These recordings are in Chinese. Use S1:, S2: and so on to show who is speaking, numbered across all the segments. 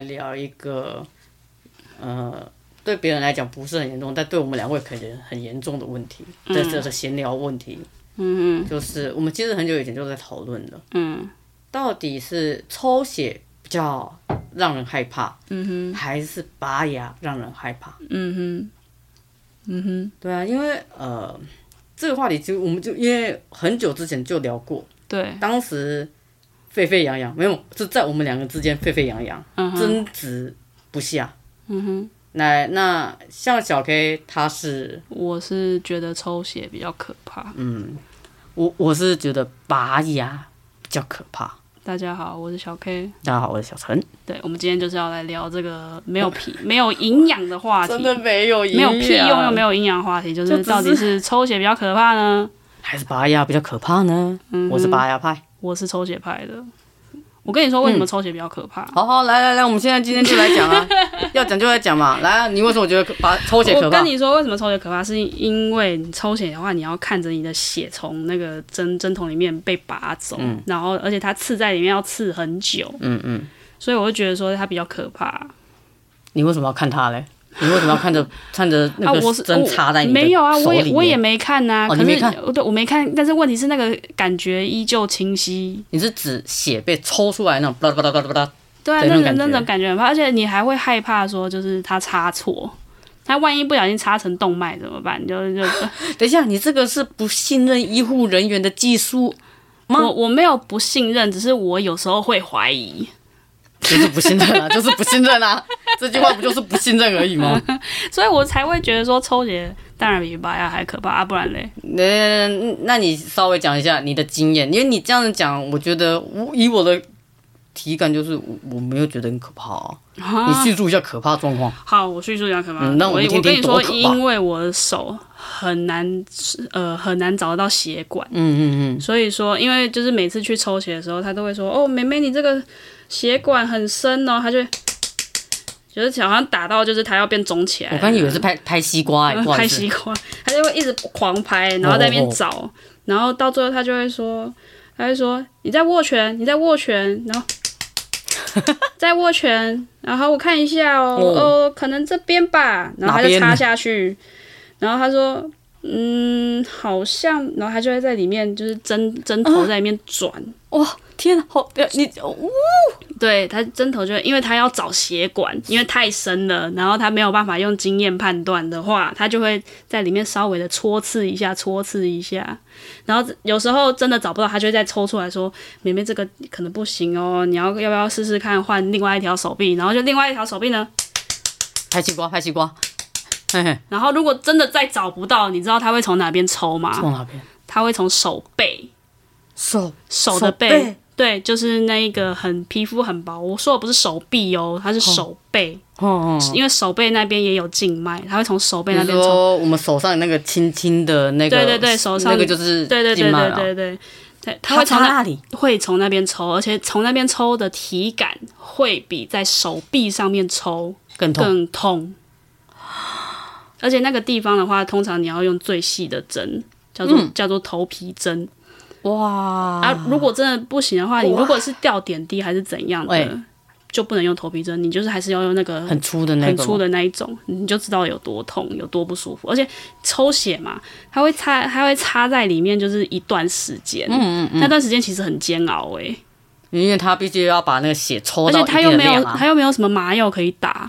S1: 聊一个，呃，对别人来讲不是很严重，但对我们两位可能很严重的问题，这这是闲聊问题，
S2: 嗯
S1: 就是我们其实很久以前就在讨论了，
S2: 嗯
S1: 到底是抽血比较让人害怕，
S2: 嗯
S1: 还是拔牙让人害怕？
S2: 哼嗯哼嗯哼，
S1: 对啊，因为呃，这个话题就我们就因为很久之前就聊过，
S2: 对，
S1: 当时沸沸扬扬，没有是在我们两个之间沸沸扬扬，
S2: 嗯哼
S1: 争执不下。
S2: 嗯哼，
S1: 那那像小 K 他是
S2: 我是觉得抽血比较可怕。
S1: 嗯，我我是觉得拔牙比较可怕。
S2: 大家好，我是小 K，
S1: 大家好，我是小陈。
S2: 对我们今天就是要来聊这个没有 皮、没有营养的话题，
S1: 没有
S2: 没有啊屁用又没
S1: 有，
S2: 有营养的话题，就
S1: 就是只是
S2: 到底是抽血比较可怕呢？
S1: 还是拔牙比较可怕呢？
S2: 嗯哼
S1: 我是拔牙派。
S2: 我是抽血派的。我跟你说，为什么抽血比较可怕？
S1: 好好，来来来，我们现在今天就来讲 啊，要讲就来讲嘛。来啊，你为什么觉得拔抽血可
S2: 我
S1: 怕
S2: 跟？你说，为什么抽血可怕，是因为你抽血的话，你要看着你的血从那个针针筒里面被拔走，然后而且它刺在里面要刺很久，
S1: 嗯嗯，
S2: 所以我就觉得说它比较可怕。啊
S1: 你为什么要看他嘞？你为什么要 看着看着那
S2: 啊，我
S1: 个
S2: 是
S1: 针插在
S2: 我
S1: 你的手
S2: 没
S1: 里
S2: 有啊，我也
S1: 面
S2: 我也没看呐、
S1: 哦
S2: 可
S1: 你没
S2: 是
S1: 看
S2: 对我没看，但是问题是那个感觉依旧清晰。
S1: 你是指血被抽出来那种，吧啦吧啦吧啦吧啦。
S2: 对啊，
S1: 对
S2: 那
S1: 那
S2: 种
S1: 种感觉
S2: 那种感觉很怕，而且你还会害怕说，就是它插错，它万一不小心插成动脉怎么办？就就
S1: 等一下，你这个是不信任医护人员的技术，
S2: 我我没有不信任，只是我有时候会怀疑。
S1: 就是不信任啊，就是不信任啊。这句话不就是不信任而已吗？
S2: 所以我才会觉得说抽血当然比拔牙还可怕，啊、不然嘞，
S1: 那那你稍微讲一下你的经验，因为你这样子讲，我觉得我以我的体感就是我我没有觉得很可怕、啊。你叙述一下可怕状况。
S2: 好，我叙述一下可怕。
S1: 嗯那我
S2: 我
S1: 们听
S2: 我跟
S1: 听
S2: 你
S1: 多
S2: 说，
S1: 可怕
S2: 因为我的手很难呃很难找得到血管，
S1: 嗯嗯
S2: 所以说因为就是每次去抽血的时候，他都会说哦，妹妹你这个血管很深哦，他就会就是好像打到就是他要变肿起来
S1: 嗯，
S2: 了。
S1: 我刚以为是拍拍西瓜、欸，不好
S2: 哎拍
S1: 意思。哦
S2: 西瓜，他就会一直狂拍，然后在那边找，然后到最后他就会说，他就说哎你在握拳，你在握拳，然后在握拳，然后我看一下哦，
S1: 哦
S2: 哦，可能这边吧，然后他
S1: 哪
S2: 就
S1: 边
S2: 插下去，然后他说。嗯，好像，然后他就会在里面，就是针针
S1: 啊
S2: 头在里面转，
S1: 哇，天啊，好，呃你
S2: 哦
S1: 呜
S2: 对他针头就会，因为他要找血管，因为太深了，然后他没有办法用经验判断的话，他就会在里面稍微的戳刺一下，戳刺一下，然后有时候真的找不到，他就会再抽出来说：“妹妹，这个可能不行哦，你要要不要试试看换另外一条手臂？”然后就另外一条手臂呢，
S1: 拍西瓜，拍西瓜。嘿嘿，
S2: 然后如果真的再找不到，你知道他会从哪边抽吗？
S1: 往哪边？哦
S2: 他会从手背，
S1: 手
S2: 啊手的背，
S1: 手背
S2: 对，就是那一个很皮肤很薄，我说的不是手臂哦，它是手背。
S1: 哦哦。
S2: 因为手背那边也有静脉，它会从手嗯背那
S1: 你
S2: 边抽。
S1: 说我们手上那个轻轻的那个，
S2: 对对对手上
S1: 那个就是
S2: 对对
S1: 静
S2: 对
S1: 脉啊
S2: 对对
S1: 了。
S2: 对，对，它会从那
S1: 里？
S2: 会从那边抽，而且从那边抽的体感会比在手臂上面抽
S1: 更痛。
S2: 更痛。而且那个地方的话，通常你要用最细的针，叫做、叫做头皮针
S1: 哇！
S2: 啊。如果真的不行的话，你如果是掉点滴还是怎样
S1: 喂
S2: 的，就不能用头皮针，你就是还是要用那个
S1: 很粗的那个
S2: 很
S1: 吗，
S2: 粗的那一种，你就知道有多痛，有多不舒服。而且抽血嘛，它会插，它会插在里面，就是一段时间。嗯嗯那段时间其实很煎熬哎、
S1: 因为他必须要把那个血抽
S2: 而
S1: 到
S2: 且
S1: 一
S2: 它
S1: 定
S2: 又
S1: 的
S2: 没有，
S1: 量啊。
S2: 它又没有什么麻药可以打。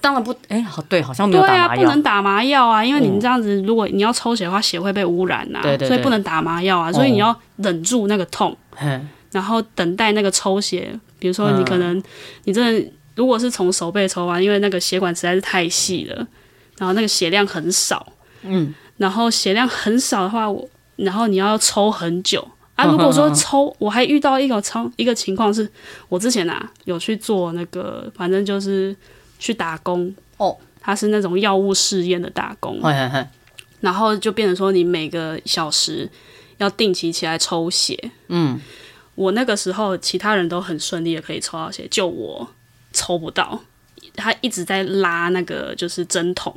S1: 当然不，哎，好对，好像没
S2: 对
S1: 有打
S2: 啊，
S1: 麻
S2: 不
S1: 药。嗯
S2: 能打麻药啊，因为你这样子，如果你要抽血的话，血会被污染呐、啊，
S1: 对对
S2: 所以
S1: 对哦
S2: 不能打麻药啊，所以你要忍住那个痛，
S1: 嘿
S2: 然后等待那个抽血。比如说，
S1: 嗯
S2: 你可能、你真的如果是从手背抽完，因为那个血管实在是太细了，然后那个血量很少。
S1: 嗯，
S2: 然后血量很少的话，我然后你要抽很久啊。
S1: 嗯哼
S2: 如果说
S1: 嗯哼
S2: 抽，我还遇到一个抽一个情况是，我之前啊有去做那个，反正就是去打工
S1: 哦，
S2: 他是那种药物试验的打工，
S1: 嗨嗨嗨，
S2: 然后就变成说你每个小时要定期起来抽血。
S1: 嗯，
S2: 我那个时候其他人都很顺利的可以抽到血，就我抽不到。他一直在拉那个就是针筒，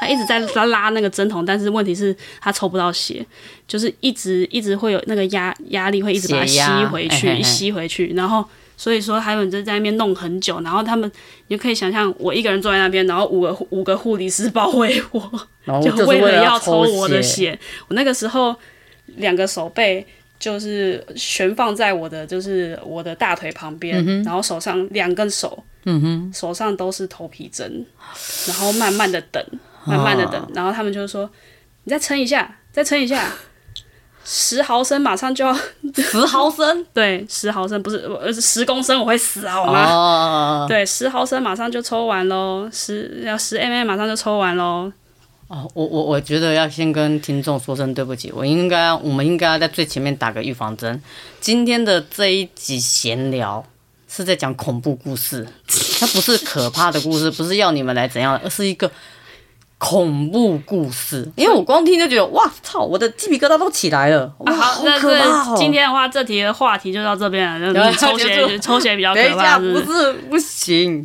S2: 他一直在拉拉那个针筒，但是问题是他抽不到血，就是一直一直会有那个压压力会一直把它
S1: 血
S2: 吸
S1: 压
S2: 回
S1: 哎嘿
S2: 去，
S1: 嘿
S2: 吸回去，然后。所以说，还有人就在那边弄很久，然后他们，你就可以想象，我一个人坐在那边，然后五个护五个护理师包围我，
S1: 然
S2: 哦
S1: 后
S2: 就是为
S1: 了
S2: 要
S1: 抽
S2: 我的，血。我那个时候两个手背就是悬放在我的就是我的大腿旁边，然后手上两根手，嗯嗯哼，手上都是头皮针，然后慢慢的等，慢慢的等，然后他们就说你再撑一下，再撑一下。十毫升马上就要
S1: 十毫 升
S2: 对，十毫升不是呃十公升，我会死好吗？
S1: 哦
S2: 对，十毫升马上就抽完喽，十要十 mm 马上就抽完喽。
S1: 哦，我我我觉得要先跟听众说声对不起，我应该我们应该要在最前面打个预防针。今天的这一集闲聊是在讲恐怖故事，它不是可怕的故事，不是要你们来怎样，而是一个恐怖故事。因为我光听就觉得哇操，我的鸡皮疙瘩都起来了，哇，
S2: 啊好，那
S1: 可怕
S2: 这
S1: 哦！
S2: 今天的话，这题的话题就到这 边了。
S1: 然
S2: 那
S1: 后
S2: 你抽
S1: 结束
S2: 血，抽血比较
S1: 等
S2: 可
S1: 一下
S2: 怕，
S1: 不
S2: 是不是
S1: 是不 行，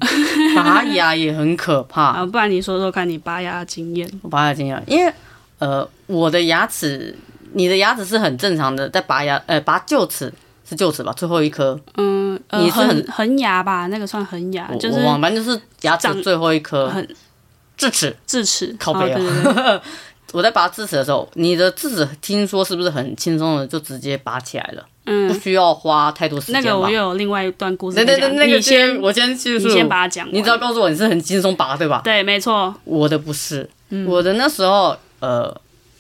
S1: 拔牙也很可怕。
S2: 啊，不然你说说看你拔牙的经验。
S1: 我拔牙经验，因为呃，我的牙齿，你的牙齿是很正常的，在拔牙，呃，拔臼齿是臼齿吧，最后一颗，
S2: 嗯，呃
S1: 你是很
S2: 恒恒牙吧？那个算恒牙
S1: 我，
S2: 就是
S1: 我忘了反正就是牙齿
S2: 长
S1: 最后一颗
S2: 很
S1: 智齿。
S2: 智齿。
S1: 靠
S2: 哦对
S1: 背啊
S2: 对 对，
S1: 我在拔智齿的时候，你的智齿听说是不是很轻松的就直接拔起来了，不
S2: 嗯，
S1: 需要花太多时
S2: 那
S1: 间
S2: 个我
S1: 吧？
S2: 又有另外一段故事
S1: 对
S2: 可以
S1: 对
S2: 讲。
S1: 对，那个
S2: 你先，
S1: 我先叙述，
S2: 你先把它讲完。
S1: 你只要告诉我你是很轻松拔对吧？
S2: 对，没错，
S1: 我的不是，
S2: 嗯
S1: 我的那时候呃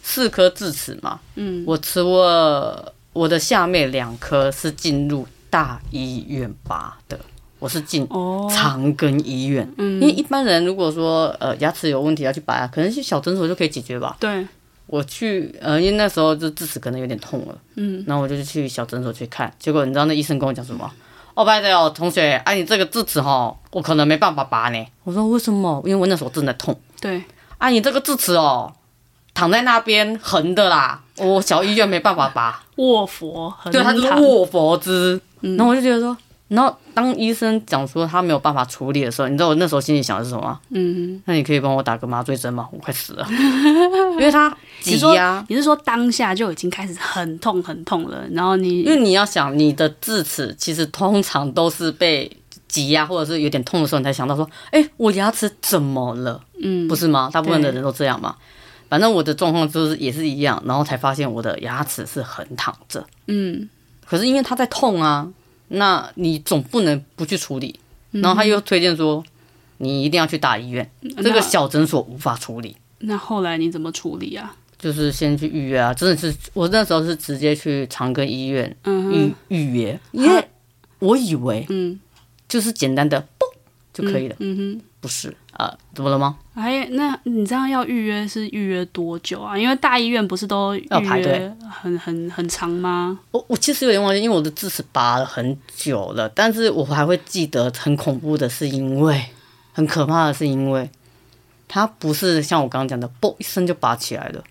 S1: 四颗智齿嘛，
S2: 嗯，
S1: 我除了我的下面两颗是进入大医院拔的，我是进
S2: 哦，
S1: 长庚医院，
S2: 嗯
S1: 因为一般人如果说呃牙齿有问题要去拔牙，可能去小诊所就可以解决吧。
S2: 对，
S1: 我去呃，因为那时候就智齿可能有点痛了，
S2: 嗯，
S1: 然后我就去小诊所去看，结果你知道那医生跟我讲什么？哦，拜托哦，同学，哎、你这个智齿哈，我可能没办法拔呢。我说为什么？因为我那时候真的痛。
S2: 对，
S1: 啊，你这个智齿哦，躺在那边横的啦，我小医院没办法 拔，
S2: 卧佛很
S1: 对，它就是
S2: 长，
S1: 卧佛姿。然后我就觉得说，然后当医生讲说他没有办法处理的时候，你知道我那时候心里想的是什么吗？
S2: 嗯，
S1: 那你可以帮我打个麻醉针吗？我快 死了，因为他挤
S2: 你说
S1: 压，
S2: 你是说当下就已经开始很痛很痛了，然后你
S1: 因为你要想你的智齿其实通常都是被挤压或者是有点痛的时候，你才想到说，哎、我牙齿怎么了？
S2: 嗯
S1: 不是吗？大部分的
S2: 对
S1: 人都这样嘛。反正我的状况就是也是一样，然后才发现我的牙齿是横躺着，
S2: 嗯
S1: 可是因为它在痛啊，那你总不能不去处理。
S2: 嗯
S1: 然后他又推荐说，你一定要去大医院，这个小诊所无法处理，
S2: 那后来你怎么处理啊？
S1: 就是先去预约啊。真的是我那时候是直接去长庚医院
S2: 嗯哼
S1: 预预约，因为我以为
S2: 嗯
S1: 就是简单的嘣就可以了，
S2: 嗯哼。
S1: 不是啊？怎么了吗？
S2: 哎，那你这样要预约是预约多久啊？因为大医院不是都预
S1: 要排队
S2: 约很很很长吗？
S1: 我我其实有点忘记，因为我的智齿拔了很久了，但是我还会记得很恐怖的是因为很可怕的是因为它不是像我刚刚讲的嘣一声就拔起来了，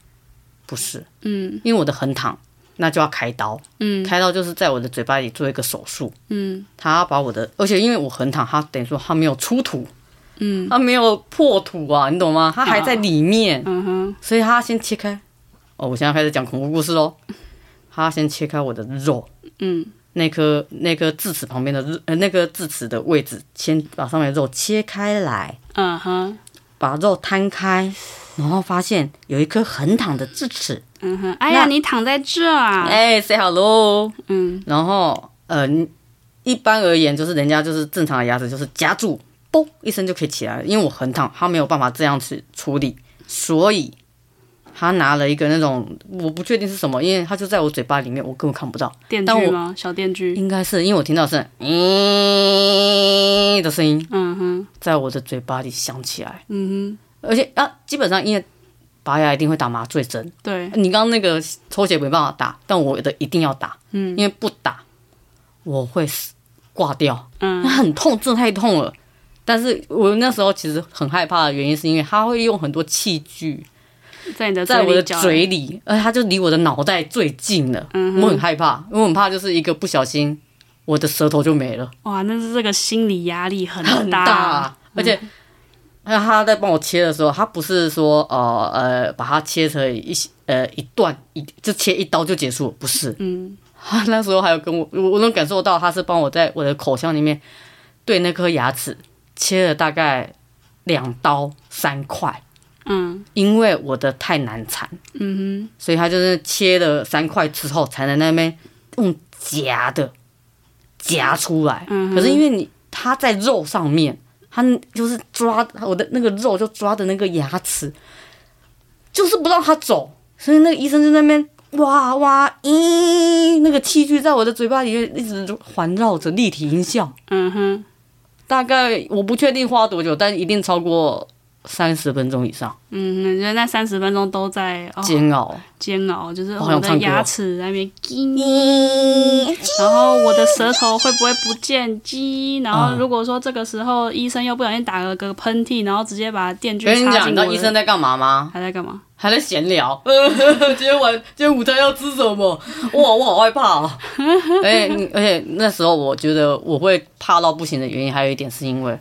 S1: 不是，
S2: 嗯
S1: 因为我的横躺那就要开刀，
S2: 嗯
S1: 开刀就是在我的嘴巴里做一个手术，
S2: 嗯
S1: 他要把我的，而且因为我横躺，它等于说它没有出土，
S2: 嗯
S1: 它没有破土啊，你懂吗？它还在里面，
S2: 嗯哼
S1: 所以它先切开。哦，我现在开始讲恐怖故事喽，它先切开我的肉。
S2: 嗯
S1: 那颗那颗智齿旁边的肉呃那颗智齿的位置，先把上面的肉切开来，
S2: 嗯哼
S1: 把肉摊开，然后发现有一颗横躺的智齿，
S2: 嗯哼。哎呀，
S1: 那
S2: 你躺在这啊？
S1: 哎、s a y hello。
S2: 嗯
S1: 然后呃，你一般而言就是人家就是正常的牙齿就是夹住，嘣一声就可以起来了，因为我横躺，他没有办法这样去处理，所以他拿了一个那种我不确定是什么，因为他就在我嘴巴里面，我根本看不到。
S2: 电
S1: 但
S2: 锯
S1: 我
S2: 吗？小电锯？
S1: 应该是因为我听到是嗯的声音
S2: 嗯哼
S1: 在我的嘴巴里响起来，
S2: 嗯
S1: 而且啊，基本上因为拔牙一定会打麻醉针
S2: 哼，，对，
S1: 你刚刚那个抽血没办法打，但我的一定要打，
S2: 嗯
S1: 因为不打我会死挂掉，
S2: 嗯
S1: 它很痛，真的太痛了。但是我那时候其实很害怕的原因，是因为他会用很多器具
S2: 在你的
S1: 在我的
S2: 嚼嗯
S1: 嘴里，而他就离我的脑袋最近了，我很害怕，因为我很怕就是一个不小心，我的舌头就没了。
S2: 哇，那是这个心理压力很大，啊嗯
S1: 很大，啊而且。那他在帮我切的时候，他不是说呃呃把它切成一些呃一段一就切一刀就结束了，不是。
S2: 嗯，
S1: 他那时候还有跟我，我我能感受到他是帮我在我的口腔里面对那颗牙齿切了大概两刀三块，
S2: 嗯
S1: 因为我的太难缠，
S2: 嗯哼，
S1: 所以他就是切了三块之后才能那边用夹的夹出来。
S2: 嗯哼
S1: 可是因为你它在肉上面，它就是抓我的那个肉就抓的那个牙齿，就是不让它走，所以那个医生就在那边。哇哇！咦，那个器具在我的嘴巴里面一直环绕着立体音效，
S2: 嗯哼，
S1: 大概我不确定花多久，但一定超过三十分钟以上，
S2: 嗯，我觉得那三十分钟都在哦
S1: 煎熬。
S2: 煎熬，就是
S1: 好想
S2: 我的
S1: 唱歌哦
S2: 牙齿在那边叽，然后我的舌头会不会不见叽？然后
S1: 嗯
S2: 如果说这个时候医生又不小心打了个喷嚏，然后直接把电锯
S1: 跟你
S2: 插
S1: 讲，你
S2: 进
S1: 知
S2: 我
S1: 道
S2: 的
S1: 医生在干嘛吗？
S2: 还在干嘛？
S1: 还在闲聊。 今天晚今天午餐要吃什么？哇，我好害怕哦。而且你而且那时候我觉得我会怕到不行的原因，还有一点是因为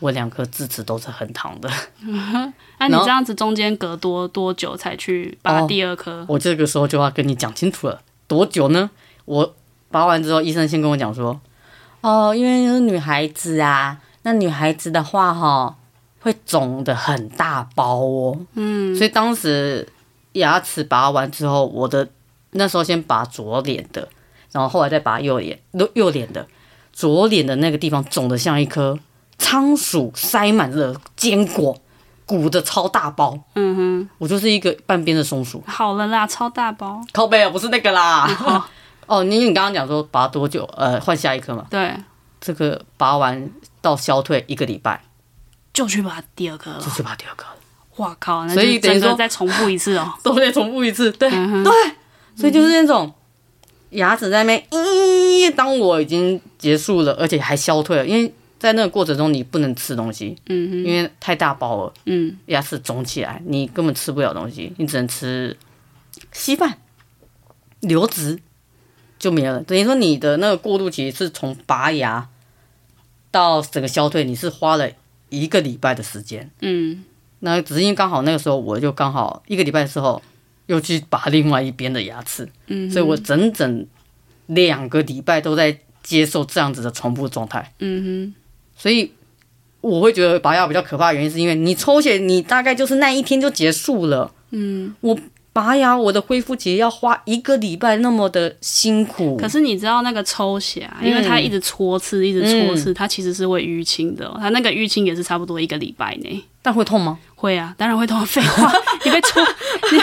S1: 我两颗智齿都是很疼的。
S2: 那、你
S1: 然后
S2: 这样子中间隔多多久才去拔
S1: 哦
S2: 第二颗？
S1: 我这个时候就要跟你讲清楚了，多久呢？我拔完之后，医生先跟我讲说，哦，因为是女孩子啊，那女孩子的话哈、会肿的很大包哦。嗯，所以当时牙齿拔完之后，我的那时候先拔左脸的，然后后来再拔右脸，右右脸的，左脸的那个地方肿的像一颗仓鼠塞满了坚果，鼓的超大包，
S2: 嗯
S1: 我就是一个半边的松鼠。
S2: 哼，好了啦，超大包。
S1: 靠背啊，不是那个
S2: 哦
S1: 啦。哦， 你你刚刚讲说拔多久？呃，换下一颗嘛。
S2: 对，
S1: 这个拔完到消退一个礼拜，
S2: 就去拔第二颗了
S1: 就。去拔第二颗，
S2: 哇靠，那
S1: 所以
S2: 就整
S1: 等于
S2: 个
S1: 说
S2: 再重复一次 哦。
S1: 都得重复一次。对、对，所以就是那种牙齿在那边，咦，当我已经结束了，而且还消退了，因为在那个过程中你不能吃东西，
S2: 嗯
S1: 因为太大包了，
S2: 哼，嗯
S1: 牙齿肿起来，你根本吃不了东西，你只能吃稀饭、流质就没了。等于说你的那个过渡期是从拔牙到整个消退，你是花了一个礼拜的时间。
S2: 嗯，
S1: 那只是因为刚好那个时候我就刚好一个礼拜之后又去拔另外一边的牙齿，
S2: 嗯，
S1: 所以我整整两个礼拜都在接受这样子的重复状态。
S2: 嗯
S1: 所以我会觉得拔牙比较可怕的原因，是因为你抽血，你大概就是那一天就结束了。嗯，我拔牙，我的恢复期要花一个礼拜那么的辛
S2: 哼。。
S1: 苦
S2: 可是你知道那个抽血啊，因为它
S1: 嗯
S2: 一直搓刺，一直搓刺，它其实是会淤青的、哦，它那个淤青也是差不多一个礼拜内。
S1: 但会痛吗？
S2: 会啊，当然会痛。废 话，你被戳，你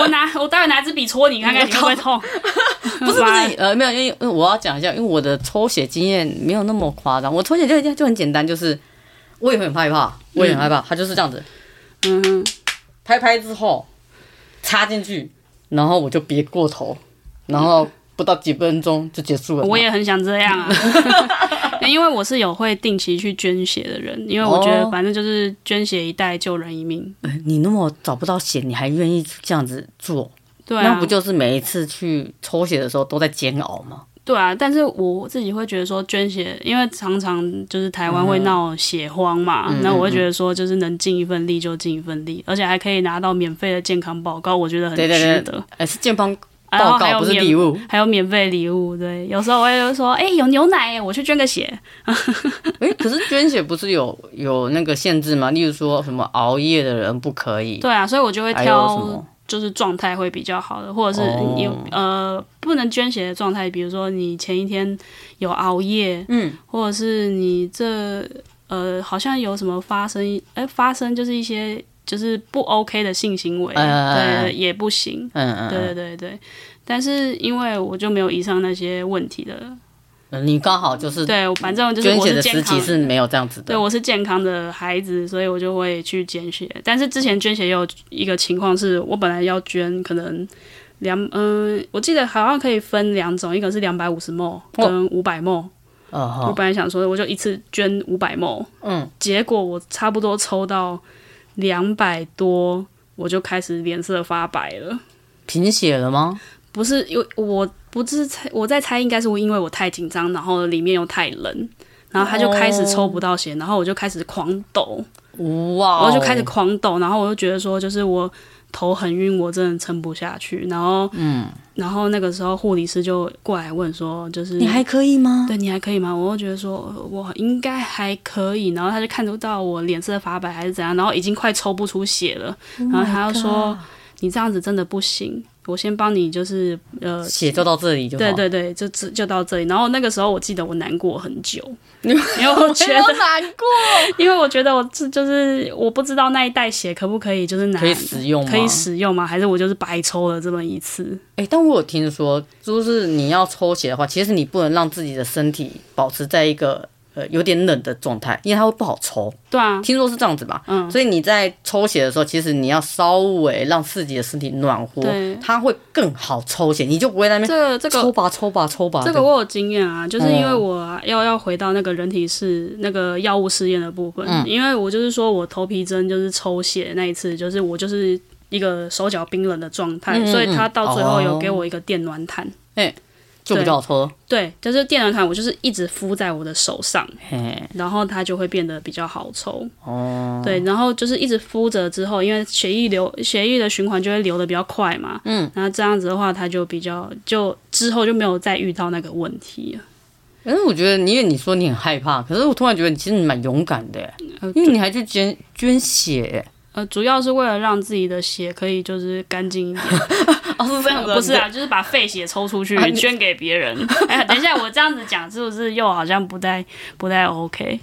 S2: 我拿我待会拿支笔戳你看看你会不会痛。
S1: 不是不是，呃，没有，因为因为我要讲一下，因为我的抽血经验没有那么夸张。我抽血就就很简单，就是我也很害怕，我也很害怕，它就是这样子
S2: 嗯哼，
S1: 拍拍之后插进去，然后我就别过头，然后不到几分钟就结束了。
S2: 我也很想这样啊， 因为我是有会定期去捐血的人，因为我觉得
S1: 哦
S2: 反正就是捐血一袋救人一命。
S1: 你那么找不到血，你还愿意这样子做，
S2: 对啊，
S1: 那不就是每一次去抽血的时候都在煎熬吗？
S2: 对啊，但是我自己会觉得说捐血，因为常常就是台湾会闹血荒嘛，
S1: 嗯
S2: 那我会觉得说就是能尽一份力就尽一份力，而且还可以拿到免费的健康报告，我觉得很值
S1: 对
S2: 得。
S1: 对对，哎、是健康
S2: 然后
S1: 报
S2: 还有
S1: 告，不是
S2: 免
S1: 礼物。
S2: 还有免费礼物，对，有时候我也会说，哎、有牛奶耶，我去捐个血。
S1: 哎、可是捐血不是有有那个限制吗？例如说什么熬夜的人不可以，
S2: 对啊，所以我就会
S1: 还有什
S2: 挑
S1: 么？
S2: 就是状态会比较好的，或者是
S1: 哦
S2: 你有、呃不能捐血的状态，比如说你前一天有熬夜，
S1: 嗯，
S2: 或者是你这呃好像有什么发生，哎、发生就是一些就是不 OK 的性行为，
S1: 哎
S2: 对，也不行，
S1: 嗯嗯
S2: 对对对对。但是因为我就没有以上那些问题的，
S1: 嗯，你刚好就是
S2: 对，我反正就是
S1: 捐
S2: 我
S1: 血
S2: 是
S1: 的
S2: 健
S1: 时
S2: 康
S1: 期
S2: 的
S1: 是没有这样子
S2: 对，
S1: 的。
S2: 我是健康的孩子，所以我就会去捐血。但是之前捐血也有一个情况是，我本来要捐可能呃两，嗯、我记得好像可以分两种，一个是两百五十 ml 跟五百 ml，
S1: 嗯
S2: 我
S1: 哈，
S2: 本来想说，我就一次捐五百毛，
S1: 嗯，
S2: 结果我差不多抽到两百多，我就开始脸色发白了。
S1: 贫血了吗？
S2: 不是，因为我不是猜，我在猜，应该是我因为我太紧张，然后里面又太冷，然后他就开始抽不到血，然后我就开始狂抖，
S1: 哇、哦
S2: 我就开始狂抖，然后我就觉得说，就是我头很晕，我真的撑不下去。然后，嗯，然后那个时候护理师就过来问说，就是
S1: 你还可以吗？
S2: 对你还可以吗？我就觉得说呃我应该还可以，然后他就看得到我脸色发白还是怎样，然后已经快抽不出血了，然
S1: Oh
S2: 后他就说你这样子真的不行，我先帮你就是呃。
S1: 血就到这里就好。
S2: 对对对，就就就到 这里。然后那个时候，我记得我难过很久，因为我觉
S1: 没有
S2: 得，
S1: 难过，
S2: 因为我觉得我这就是我不知道那一袋血可不可以就是拿
S1: 可以使用吗？
S2: 可以使用吗？还是我就是白抽了这么一次？
S1: 哎、但我有听说，就是你要抽血的话，其实你不能让自己的身体保持在一个呃有点冷的状态，因为它会不好抽。
S2: 对啊，
S1: 听说是这样子吧？嗯，所以你在抽血的时候，其实你要稍微让自己的身体暖和
S2: 对，
S1: 它会更好抽血，你就不会在那边
S2: 这个这个
S1: 抽吧抽吧抽吧。
S2: 这个我有经验啊，就是因为
S1: 嗯
S2: 我啊要要回到那个人体试那个药物试验的部分，
S1: 嗯
S2: 因为我就是说我头皮针就是抽血那一次，就是我就是一个手脚冰冷的状态，
S1: 嗯嗯
S2: 所以他到最后有
S1: 哦
S2: 给我一个电暖毯，
S1: 就比较好抽。
S2: 对，就是电暖毯，我就是一直敷在我的手上，
S1: 嘿，
S2: 然后它就会变得比较好抽。哦，对，然后就是一直敷着之后，因为血液流血液的循环就会流的比较快嘛，嗯，然后这样子的话，它就比较就之后就没有再遇到那个问题了。
S1: 可是我觉得，因为你说你很害怕，可是我突然觉得你其实你蛮勇敢的耶，因为你还去捐捐血。
S2: 呃，主要是为了让自己的血可以就是干净一 点，
S1: 哦，是这 样
S2: 不是啊，就是把废血抽出去、捐给别人。哎呀，等一下，我这样子讲是不是又好像不太不太 OK？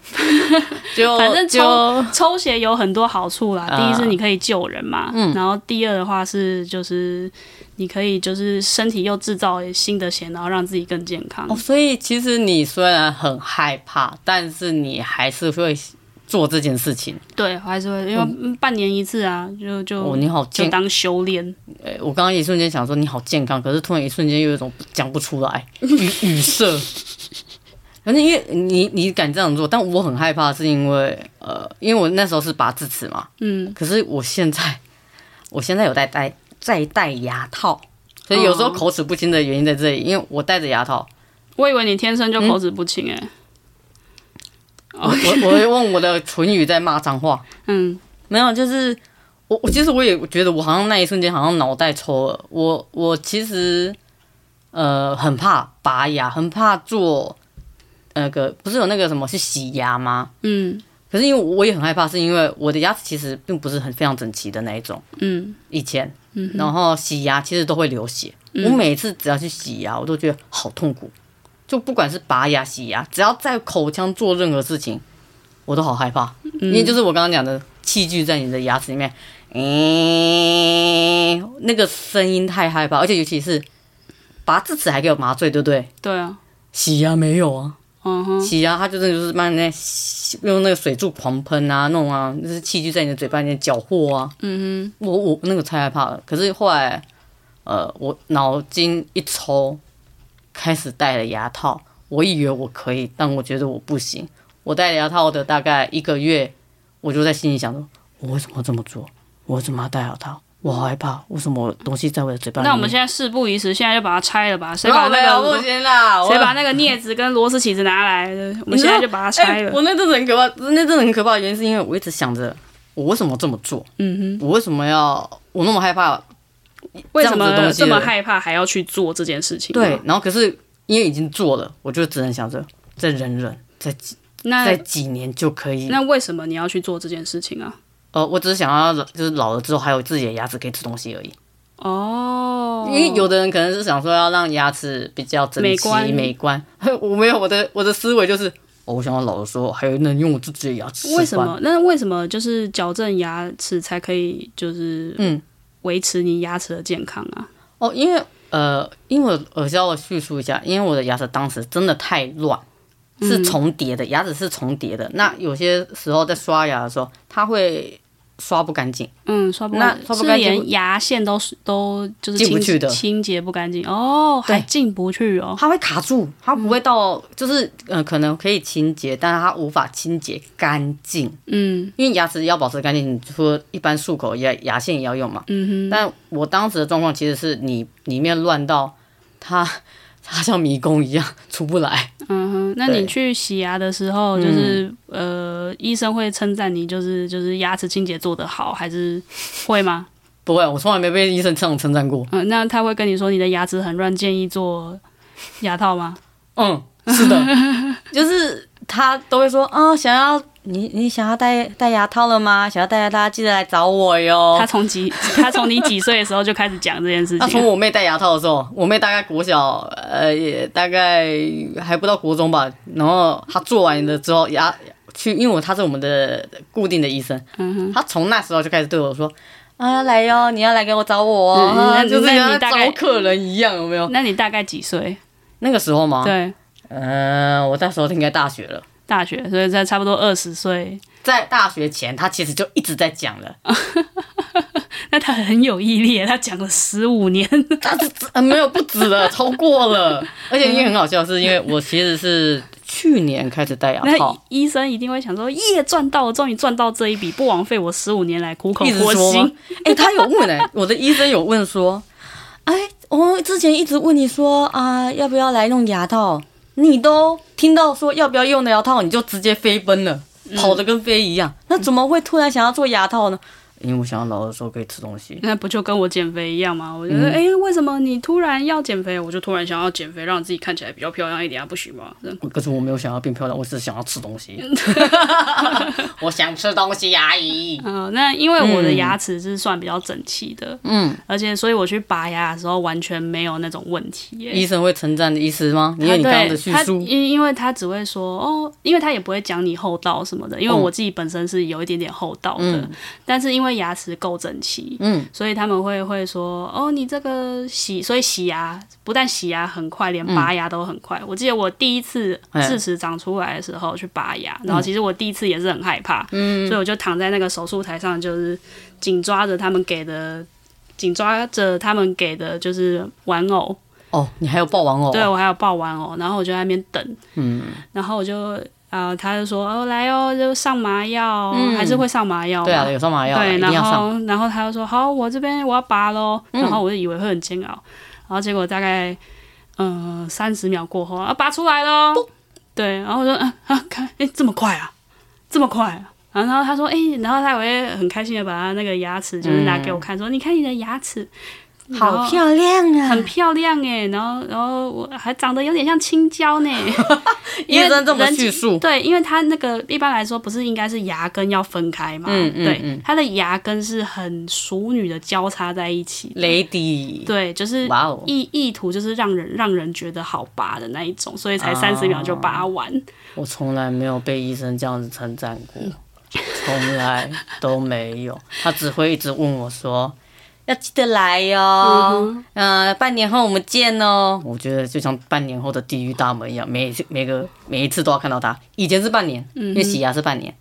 S1: 哦就
S2: 反正抽
S1: 就
S2: 抽血有很多好处啦，
S1: 啊嗯
S2: 第一是你可以救人嘛，然后第二的话是就是你可以就是身体又制造新的血，然后让自己更健康。
S1: 哦，所以其实你虽然很害怕，但是你还是会做这件事情。
S2: 对，我还是会因为嗯半年一次啊，就就、
S1: 哦，你好
S2: 就
S1: 健，
S2: 当修炼。
S1: 哎、我刚刚一瞬间想说你好健康，可是突然一瞬间又有一种讲不出来语语塞。 反正因为你你敢这样做，但我很害怕，是因为呃，因为我那时候是拔智齿嘛，
S2: 嗯，
S1: 可是我现在 我现在有戴戴在戴牙套，所以有时候
S2: 哦
S1: 口齿不清的原因在这里，因为我戴着牙套，
S2: 我以为你天生就口齿不清哎、
S1: 我我我会用我的唇语在骂脏话。
S2: 嗯。
S1: 没有，就是我我其实我也觉得我好像那一瞬间好像脑袋抽了，我我其实呃很怕拔牙，很怕做那个不是有那个什么去洗牙吗？
S2: 嗯
S1: 可是因为我也很害怕，是因为我的牙齿其实并不是很非常整齐的那一种，
S2: 嗯，
S1: 以前，然后洗牙其实都会流血，我每次只要去洗牙，我都觉得好痛苦，就不管是拔牙、洗牙，只要在口腔做任何事情，我都好害怕，因为就是我刚刚讲的器具在你的牙齿里面，诶、那个声音太害怕，而且尤其是拔智齿还给我麻醉，对不对？
S2: 对啊，
S1: 洗牙没有啊，
S2: 嗯哼，
S1: 洗牙它就是就是慢慢在吸用那个水柱狂喷啊，弄啊，就是器具在你的嘴巴里面搅和啊。
S2: 嗯
S1: 我我那个太害怕了。可是后来，呃，我脑筋一抽，开始戴了牙套。我以为我可以，但我觉得我不行。我戴了牙套的大概一个月，我就在心里想说：我为什么要这么做？我为什么要戴牙套？我好害怕，为什么东西在我的嘴巴
S2: 哼。
S1: 里
S2: 那
S1: 面？
S2: 我们现在事不宜迟，现在就把它拆了吧。谁把那
S1: 没有
S2: 个
S1: 不行啦，我
S2: 谁把那个镊子跟螺丝起子拿来？我们现在就把它拆
S1: 哎
S2: 了。
S1: 我那阵子很可怕，那阵子很可怕的原因是因为我一直想着，我为什么这么做？
S2: 嗯
S1: 我为什么要我那么害怕？
S2: 哼，为什
S1: 这样子的
S2: 么
S1: 东西
S2: 这么害怕还要去做这件事情？
S1: 对，，然后可是因为已经做了，我就只能想着再忍忍，再几
S2: 那
S1: 再几年就可以。
S2: 那为什么你要去做这件事情啊？
S1: 呃，我只是想要就是老了之后还有自己的牙齿可以吃东西而已。
S2: 哦
S1: 因，为有的人可能是想说要让牙齿比较整齐
S2: 美观
S1: 美观 我没有我的我的思维就是，哦，我想要老的时候还能用我自己的牙齿吃饭。
S2: 为什么？那为什么就是矫正牙齿才可以就是
S1: 嗯
S2: 维持你牙齿的健康啊？
S1: 哦，因为呃，因为我耳要叙述一下，因为我的牙齿当时真的太乱，
S2: 嗯
S1: 是重叠的，牙齿是重叠的。那有些时候在刷牙的时候，它会刷不干净，
S2: 嗯，刷不
S1: 那
S2: 干净
S1: 刷不
S2: 是
S1: 干净
S2: 连牙线都是都就是
S1: 进不
S2: 清
S1: 去的
S2: 清洁不干净哦，还
S1: 对
S2: 进不去哦，
S1: 它会卡住，它不
S2: 嗯
S1: 会到，就是呃，可能可以清洁，但是它无法清洁干净，
S2: 嗯
S1: 因为牙齿要保持干净，你除了一般漱口牙牙线也要用嘛。
S2: 嗯
S1: 但我当时的状况其实是你里面乱到它， 它像迷宫一样出不来。
S2: 哼嗯哼，那你
S1: 对嗯
S2: 去洗牙的时候，就是、呃，医生会称赞你，就是就是牙齿清洁做得好，还是会吗？
S1: 不会，我从来没被医生这样称赞过。
S2: 嗯，那他会跟你说你的牙齿很乱，建议做牙套吗？
S1: 嗯，是的，就是他都会说，啊、想要你你想要戴戴牙套了吗？想要戴牙套，记得来找我哟
S2: 他。从几 他从你几岁的时候就开始讲这件事
S1: 哦他
S2: 情
S1: 从
S2: 了，
S1: 我妹戴牙套的时候，我妹大概国小，呃，也大概还不到国中吧。然后她做完了之后，牙去，因为我她是我们的固定的医生，
S2: 嗯
S1: 她从那时候就开始对我说：“啊，来哟，你要来给我找我哦，
S2: 嗯那
S1: 啊就是
S2: 那你
S1: 像在
S2: 大概
S1: 找客人一样，有没有？
S2: 那你大概几岁？
S1: 那个时候嘛，
S2: 对，
S1: 嗯、我那时候应该大学了。”
S2: 大学，所以在差不多二十岁，
S1: 在大学前，他其实就一直在讲了，
S2: 那他很有毅力，他讲了十五 年，
S1: 他是呃没有不止了，超过了。而且因为很好笑，是因为我其实是去年开始戴牙
S2: 那
S1: 套，
S2: 医生一定会想说，耶，赚到了，终于赚到这一笔，不枉费我十五年来苦口
S1: 一直
S2: 婆
S1: 说吗
S2: 心。？
S1: 哎、他有问哎、我的医生有问说，哎、我之前一直问你说啊、要不要来弄牙套，你都听到说要不要用的牙套，你就直接飞奔了，跑得跟飞一样，那怎么会突然想要做牙套呢？因为我想要老的时候可以吃东西。
S2: 那不就跟我减肥一样吗？我觉
S1: 嗯
S2: 得，哎、为什么你突然要减肥？我就突然想要减肥，让自己看起来比较漂亮一点啊，不行吗？
S1: 可是我没有想要变漂亮，我只是想要吃东 西。我想吃东西，阿姨。
S2: 嗯、那因为我的牙齿是算比较整齐的，嗯，而且所以我去拔牙的时候完全没有那种问题耶、
S1: 医生会称赞的意思吗？因为你刚刚的叙
S2: 他对
S1: 述
S2: 他，因因为他只会说哦，因为他也不会讲你厚道什么的，因为
S1: 嗯
S2: 我自己本身是有一点点厚道的，但是因为牙齿够整齐，嗯，所以他们会会说哦，你这个洗，所以洗牙不但洗牙很快，连拔牙都很
S1: 嗯
S2: 快。我记得我第一次智齿长出来的时候去拔牙，
S1: 嗯
S2: 然后其实我第一次也是很害怕，嗯，所以我就躺在那个手术台上，就是紧抓着他们给的。紧抓着他们给的就是玩偶，
S1: 哦，嗯你还有抱玩偶，
S2: 对，我还有抱玩偶，然后我就在那边等，然后我就啊、呃他就说哦来哦，就上麻药哦，还是会上麻药嘛，
S1: 嗯对啊，有上麻药，
S2: 对
S1: 一定
S2: 然
S1: 要上。嗯
S2: 后然后他就说好，我这边我要拔喽，然后我就以为会很煎熬，然后结果大概嗯三十秒过后啊拔出来喽，对，然后我说啊啊看，哎这么快啊，这么快啊。然后他说：“哎、然后他也会很开心的把他那个牙齿，就是拿给我
S1: 嗯
S2: 看，说：你看你的牙齿，然后
S1: 亮啊
S2: 很！漂亮哎，然后然后我还长得有点像青椒 呢，
S1: 医
S2: 因为
S1: 生这么
S2: 人
S1: 叙述，
S2: 对，因为它那个一般来说不是应该是牙根要分开嘛，
S1: 嗯嗯
S2: 对
S1: 嗯，
S2: 它的牙根是很熟女的交叉在一起的，
S1: ，Lady，
S2: 对，就是
S1: 嗯哇哦，
S2: 意意图就是让人让人觉得好拔的那一种，所以
S1: 哦
S2: 才三十秒就拔完，
S1: 我从来没有被医生这样子称赞过， 从来都没有。他只会一直问我说。要记得来哟、嗯、半年后我们见哦。我觉得就像半年后的地狱大门一样，每一次每个每一次都要看到他。以前是半年，因为洗牙是半年，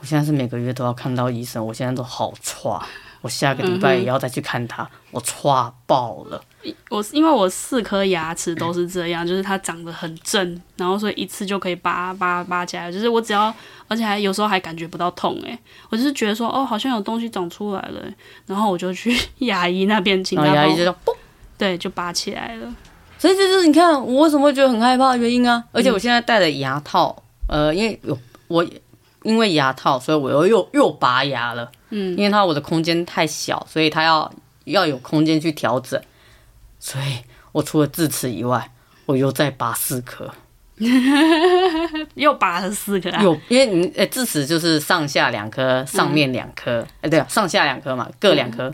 S1: 我现在是每个月都要看到医生。我现在都好歘，我下个礼拜也要再去看他，我歘爆了。
S2: 我因为我四颗牙齿
S1: 嗯
S2: 都是这样，就是它长得很正，然后所以一次就可以拔拔拔起来，就是我只要，而且还有时候还感觉不到痛诶、我就是觉得说哦，好像有东西长出来了欸、然后我就去 牙医那边请
S1: 然
S2: 他
S1: 后
S2: 帮
S1: 哦牙医
S2: 我
S1: 就说：“嘣
S2: 对，就拔起来了。
S1: 所以这就是你看我为什么会觉得很害怕的原因啊！而且我现在戴的牙套，呃，因为有我因为牙套，所以我又又又拔牙了。嗯，因为它我的空间太小，所以它要要有空间去调整。所以我除了智齿以外，我又再拔四颗。
S2: 又拔了四颗、啊，
S1: 有，因为你呃智齿就是上下两颗，上面两颗，哎、对啊，上下两颗嘛，各两颗。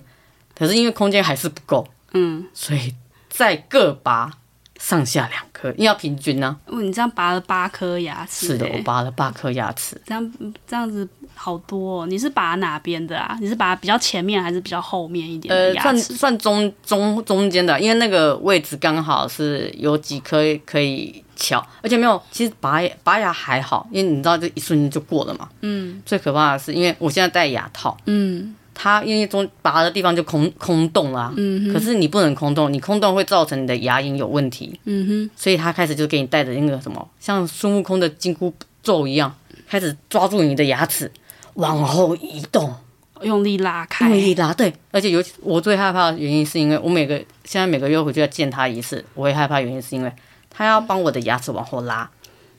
S1: 可是因为空间还是不够，
S2: 嗯，
S1: 所以再各拔上下两颗，因为要平均啊呢、
S2: 哦你这样拔了八颗牙齿、欸，
S1: 是的，哦我拔了八颗牙齿，
S2: 这样这样子好多、哦。你是拔哪边的啊？你是拔比较前面还是比较后面一点的
S1: 呃，
S2: 牙
S1: 算
S2: 齿？
S1: 算中中中间的，因为那个位置刚好是有几颗可以翘，而且没有，其实拔牙拔牙还好，因为你知道这一瞬间就过了嘛。
S2: 嗯
S1: 最可怕的是，因为我现在戴牙套，
S2: 嗯
S1: 它因为中拔的地方就空空洞啦、
S2: 嗯
S1: 可是你不能空洞，你空洞会造成你的牙龈有问题，
S2: 嗯
S1: 所以他开始就给你带着那个什么，像孙悟空的金箍咒一样，开始抓住你的牙齿往后移动，
S2: 哼，用力拉开
S1: 用，力拉。对，而且尤其我最害怕的原因是因为我每个现在每个月回去要见他一次，我会害怕原因是因为他要帮我的牙齿往后拉，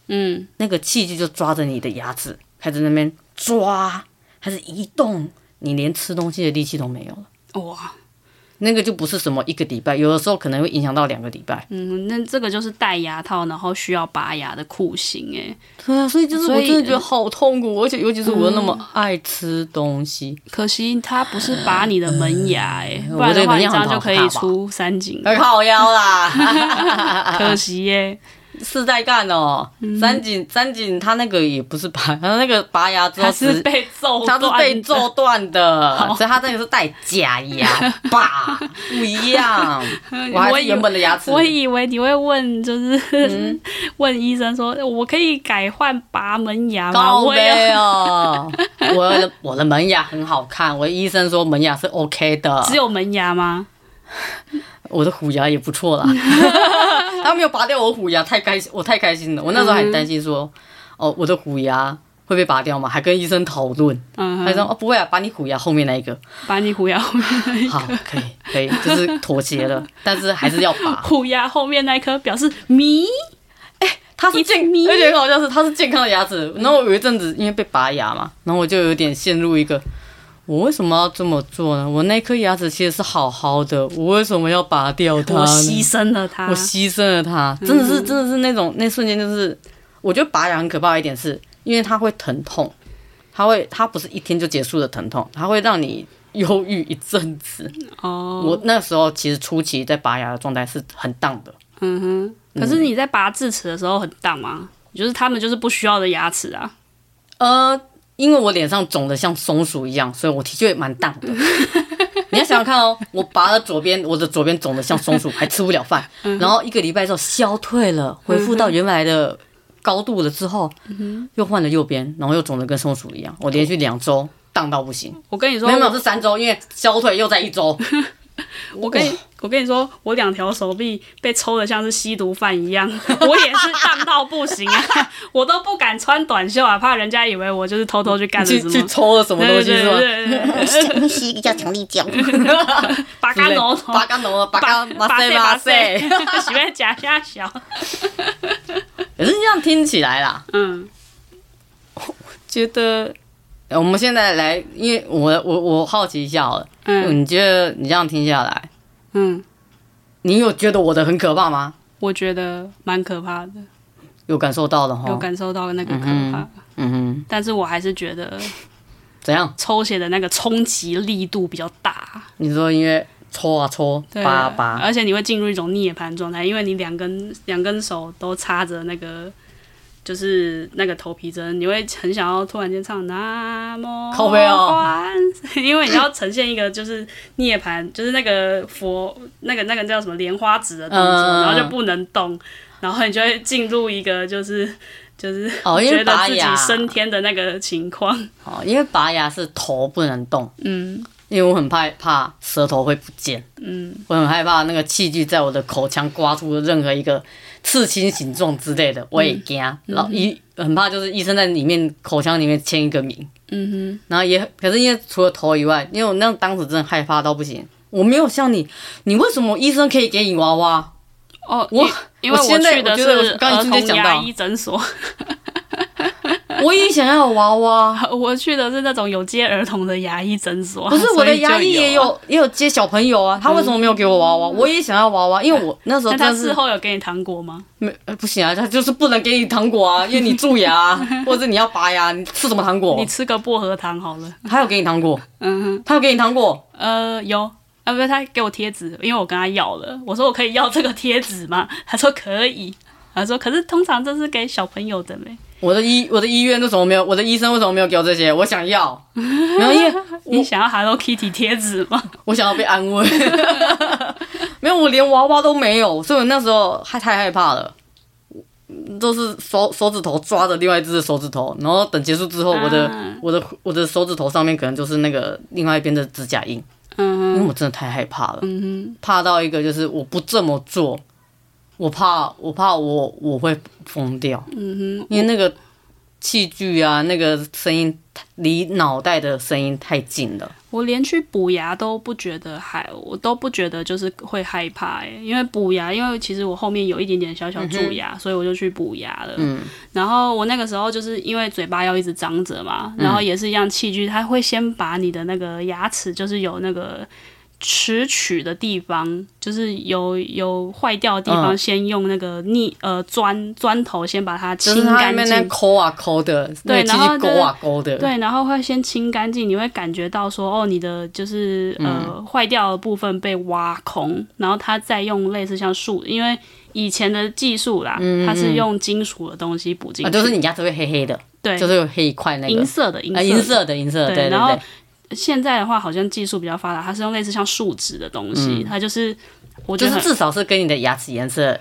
S2: 嗯，
S1: 那个器具就抓着你的牙齿，开始那边抓，开始移动，你连吃东西的力气都没有了。
S2: 哇，
S1: 那个就不是什么一个礼拜，有的时候可能会影响到两个礼拜。
S2: 嗯，那这个就是戴牙套然后需要拔牙的酷刑哎、
S1: 对啊，所以嗯就是
S2: 所
S1: 我
S2: 以
S1: 真的觉得好痛苦，而且尤其是我又那么爱吃东 西，
S2: 可惜它不是拔你的门牙哎、不然
S1: 我对
S2: 的话
S1: 门
S2: 你
S1: 牙
S2: 这
S1: 很
S2: 样就可
S1: 怕
S2: 以
S1: 吧
S2: 出三 井，
S1: 很好腰 啦，
S2: 可惜欸耶、
S1: 是在干哦。
S2: 嗯
S1: 三井三井他那个也不是拔，他那个拔牙之
S2: 它
S1: 后
S2: 是
S1: 是
S2: 被揍
S1: 他
S2: 断的，
S1: 是被 揍断的，所以他那个是戴假牙吧， 不一样。我还
S2: 我
S1: 是嗯
S2: 以
S1: 原本的牙齿，
S2: 我以为你会问，就是、 问医生说，我可以改换拔门牙吗？
S1: 高
S2: 我也
S1: 没哦， 我的我的门牙很好看，我的医生说门牙是 OK 的，
S2: 只有门牙吗？
S1: 我的虎牙也不 错啦。他没有拔掉我虎牙，太开心，我太开心了。我那时候还担心说，
S2: 嗯
S1: 哦，我的虎牙会被拔掉吗？还跟医生讨论，
S2: 嗯
S1: 他说哦不会啊，把你虎牙后面那 一个，
S2: 把你虎牙后面。
S1: 好，可以可以，就是妥协了，但是还是要拔
S2: 虎牙后面那一颗表示迷，
S1: 他是健，而且很好笑是他是健康的牙齿。然后我有一阵子因为被拔牙嘛，然后我就有点陷入一个。我为什么要这么做呢？我那颗牙齿其实是好好的，我为什么要拔掉它呢？
S2: 我牺牲了它嗯
S1: 我。牺牲了它，真的是真的是那种那瞬间就是，我觉得拔牙很可怕的一点是，因为它会疼痛，它会它不是一天就结束的疼痛，它会让你忧郁一阵子。
S2: 哦，
S1: 我那时候其实初期在拔牙的状态是很荡的，
S2: 嗯哼。可是你在拔智齿的时候很荡吗？就是他们就是不需要的牙齿啊。
S1: 呃，因为我脸上肿的像松鼠一样，所以我的确蛮荡的。 你要想想看哦，我拔了左边，我的左边肿的像松鼠，还吃不了饭。
S2: 嗯
S1: 然后一个礼拜之后消退了，恢复到原来的高度了之后，
S2: 嗯
S1: 又换了右边，然后又肿的跟松鼠一样。我连续两周荡到不行，
S2: 我跟你说
S1: 没，有没有是三周，因为消退又在一周。
S2: 哦 我跟你我跟你说，我两条手臂被抽的像是吸毒犯一样，我也是荡到不行啊， 我都不敢穿短袖啊，怕人家以为我就是偷偷去干了
S1: 去
S2: 什
S1: 去
S2: 么。
S1: 抽了什么东
S2: 对
S1: 西
S2: 对
S1: 是吧？
S2: 对 对对，
S3: 想吸一叫强 力胶。
S2: 拔干头头，
S1: 八竿头，八
S2: 拔
S1: 竿，马塞马塞。
S2: 塞， 喜欢假虾小，
S1: 可是这样听起来啦，
S2: 嗯，
S1: 觉得，呃我们现在来，因为我我我好奇一下好了，
S2: 嗯
S1: 你觉得你这样听下来，
S2: 嗯，
S1: 你有觉得我的很可怕吗？
S2: 我觉得蛮可怕的，
S1: 有感受到的哈，
S2: 有感受到那个可
S1: 哦嗯
S2: 怕
S1: 哼，嗯哼，
S2: 但是我还是觉得
S1: 怎样？
S2: 抽血的那个冲击力度比较大，
S1: 你说因为抽啊抽，
S2: 对哎
S1: 拔啊拔，
S2: 而且你会进入一种涅槃状态，因为你两根两根手都插着那个。就是那个头皮针，你会很想要突然间唱“南无
S1: 靠背哦
S2: 观世音”，因为你要呈现一个就是涅槃，就是那个佛那个那个叫什么莲花指的动作，
S1: 嗯嗯嗯
S2: 然后就不能动，然后你就会进入一个就是就是
S1: 哦因为
S2: 觉得
S1: 拔
S2: 自己
S1: 牙
S2: 升天的那个情况。
S1: 哦，因为拔牙是头不能动，
S2: 嗯
S1: 因为我很怕怕舌头会不见，
S2: 嗯，
S1: 我很害怕那个器具在我的口腔刮出任何一个刺青形状之类
S2: 嗯
S1: 的，我也惊，然后医很怕就是医生在里面口腔里面签一个名。
S2: 嗯
S1: 然后也可是因为除了头以外，因为我那当时真的害怕到不行。我没有像你，你为什么医生可以给你娃 娃？
S2: 哼，哦，
S1: 我
S2: 因因为
S1: 我现在
S2: 去的
S1: 我
S2: 是
S1: 觉得我刚
S2: 儿
S1: 刚直接
S2: 童
S1: 讲
S2: 牙
S1: 到
S2: 医诊所，
S1: 我也想要有娃娃，
S2: 我去的是那种有接儿童的牙医诊所，
S1: 不是
S2: 所以
S1: 我的牙医
S2: 就
S1: 也
S2: 有啊。嗯
S1: 有哦也有接小朋友啊，他为什么没有给我娃娃？我也想要娃娃，因为我那时候
S2: 那
S1: 真
S2: 他
S1: 的
S2: 事
S1: 是
S2: 后有给你糖果吗？
S1: 没呃不行啊，他就是不能给你糖 果啊，因为你蛀牙、啊、或者你要拔牙，你吃什么糖果
S2: 你？吃个薄荷糖好了。
S1: 他有给你糖果，
S2: 嗯，
S1: 他有给你糖果，
S2: 呃，有啊，不是他给我贴纸，因为我跟他要了，我说我可以要这个贴纸吗？ 他说可以。他说可是通常这是给小朋友的没？
S1: 我的医我的医院为什么没有？我的医生为什么没有给我这些？我想要， 然后因为
S2: 你想要 Hello Kitty 贴纸吗？
S1: 我想要被安 慰， 没有，我连娃娃都没有，所以我那时候害太害怕了。我都是手手指头抓着另外一只的手指头，然后等结束之后，我的、
S2: 啊
S1: 我的我的手指头上面可能就是那个另外一边的指甲印，
S2: 嗯
S1: 因为我真的太害怕了，
S2: 嗯
S1: 怕到一个就是我不这么做，我怕我怕我我会疯掉，
S2: 哼嗯
S1: 因为那个器具啊，那个声音太离脑袋的声音太近了。
S2: 哼，我连去补牙都不觉得害，我都不觉得就是会害怕、欸，因为补牙，因为其实我后面有一点点小小蛀
S1: 嗯
S2: 牙，所以我就去补牙了。嗯，然后我那个时候就是因为嘴巴要一直张着嘛，
S1: 嗯
S2: 然后也是一样器具，它会先把你的那个牙齿就是有那个。齿取的地方，就是有有坏掉的地方，
S1: 嗯
S2: 先用那个逆呃砖砖头先把它
S1: 就
S2: 清
S1: 是他
S2: 干
S1: 那边
S2: 净
S1: 那。抠啊抠的，那
S2: 对
S1: 个器
S2: 然后
S1: 具
S2: 就是
S1: 勾啊勾的，
S2: 对，然后会先清干净，你会感觉到说，哦，你的就是呃坏掉的部分被挖空，然后它再用类似像树，因为以前的技术啦，它是用金属的东西补进去，
S1: 啊，就是你牙齿会黑黑的，
S2: 对，
S1: 就是有黑一块那个
S2: 银，色的银
S1: 啊，
S2: 色
S1: 银色的银色的，
S2: 对
S1: 对对
S2: 然后
S1: 对，
S2: 现在的话，好像技术比较发达，它是用类似像树脂的东西，它就是我觉
S1: 就
S2: 得
S1: 是
S2: 很
S1: 至少是跟你的牙齿颜色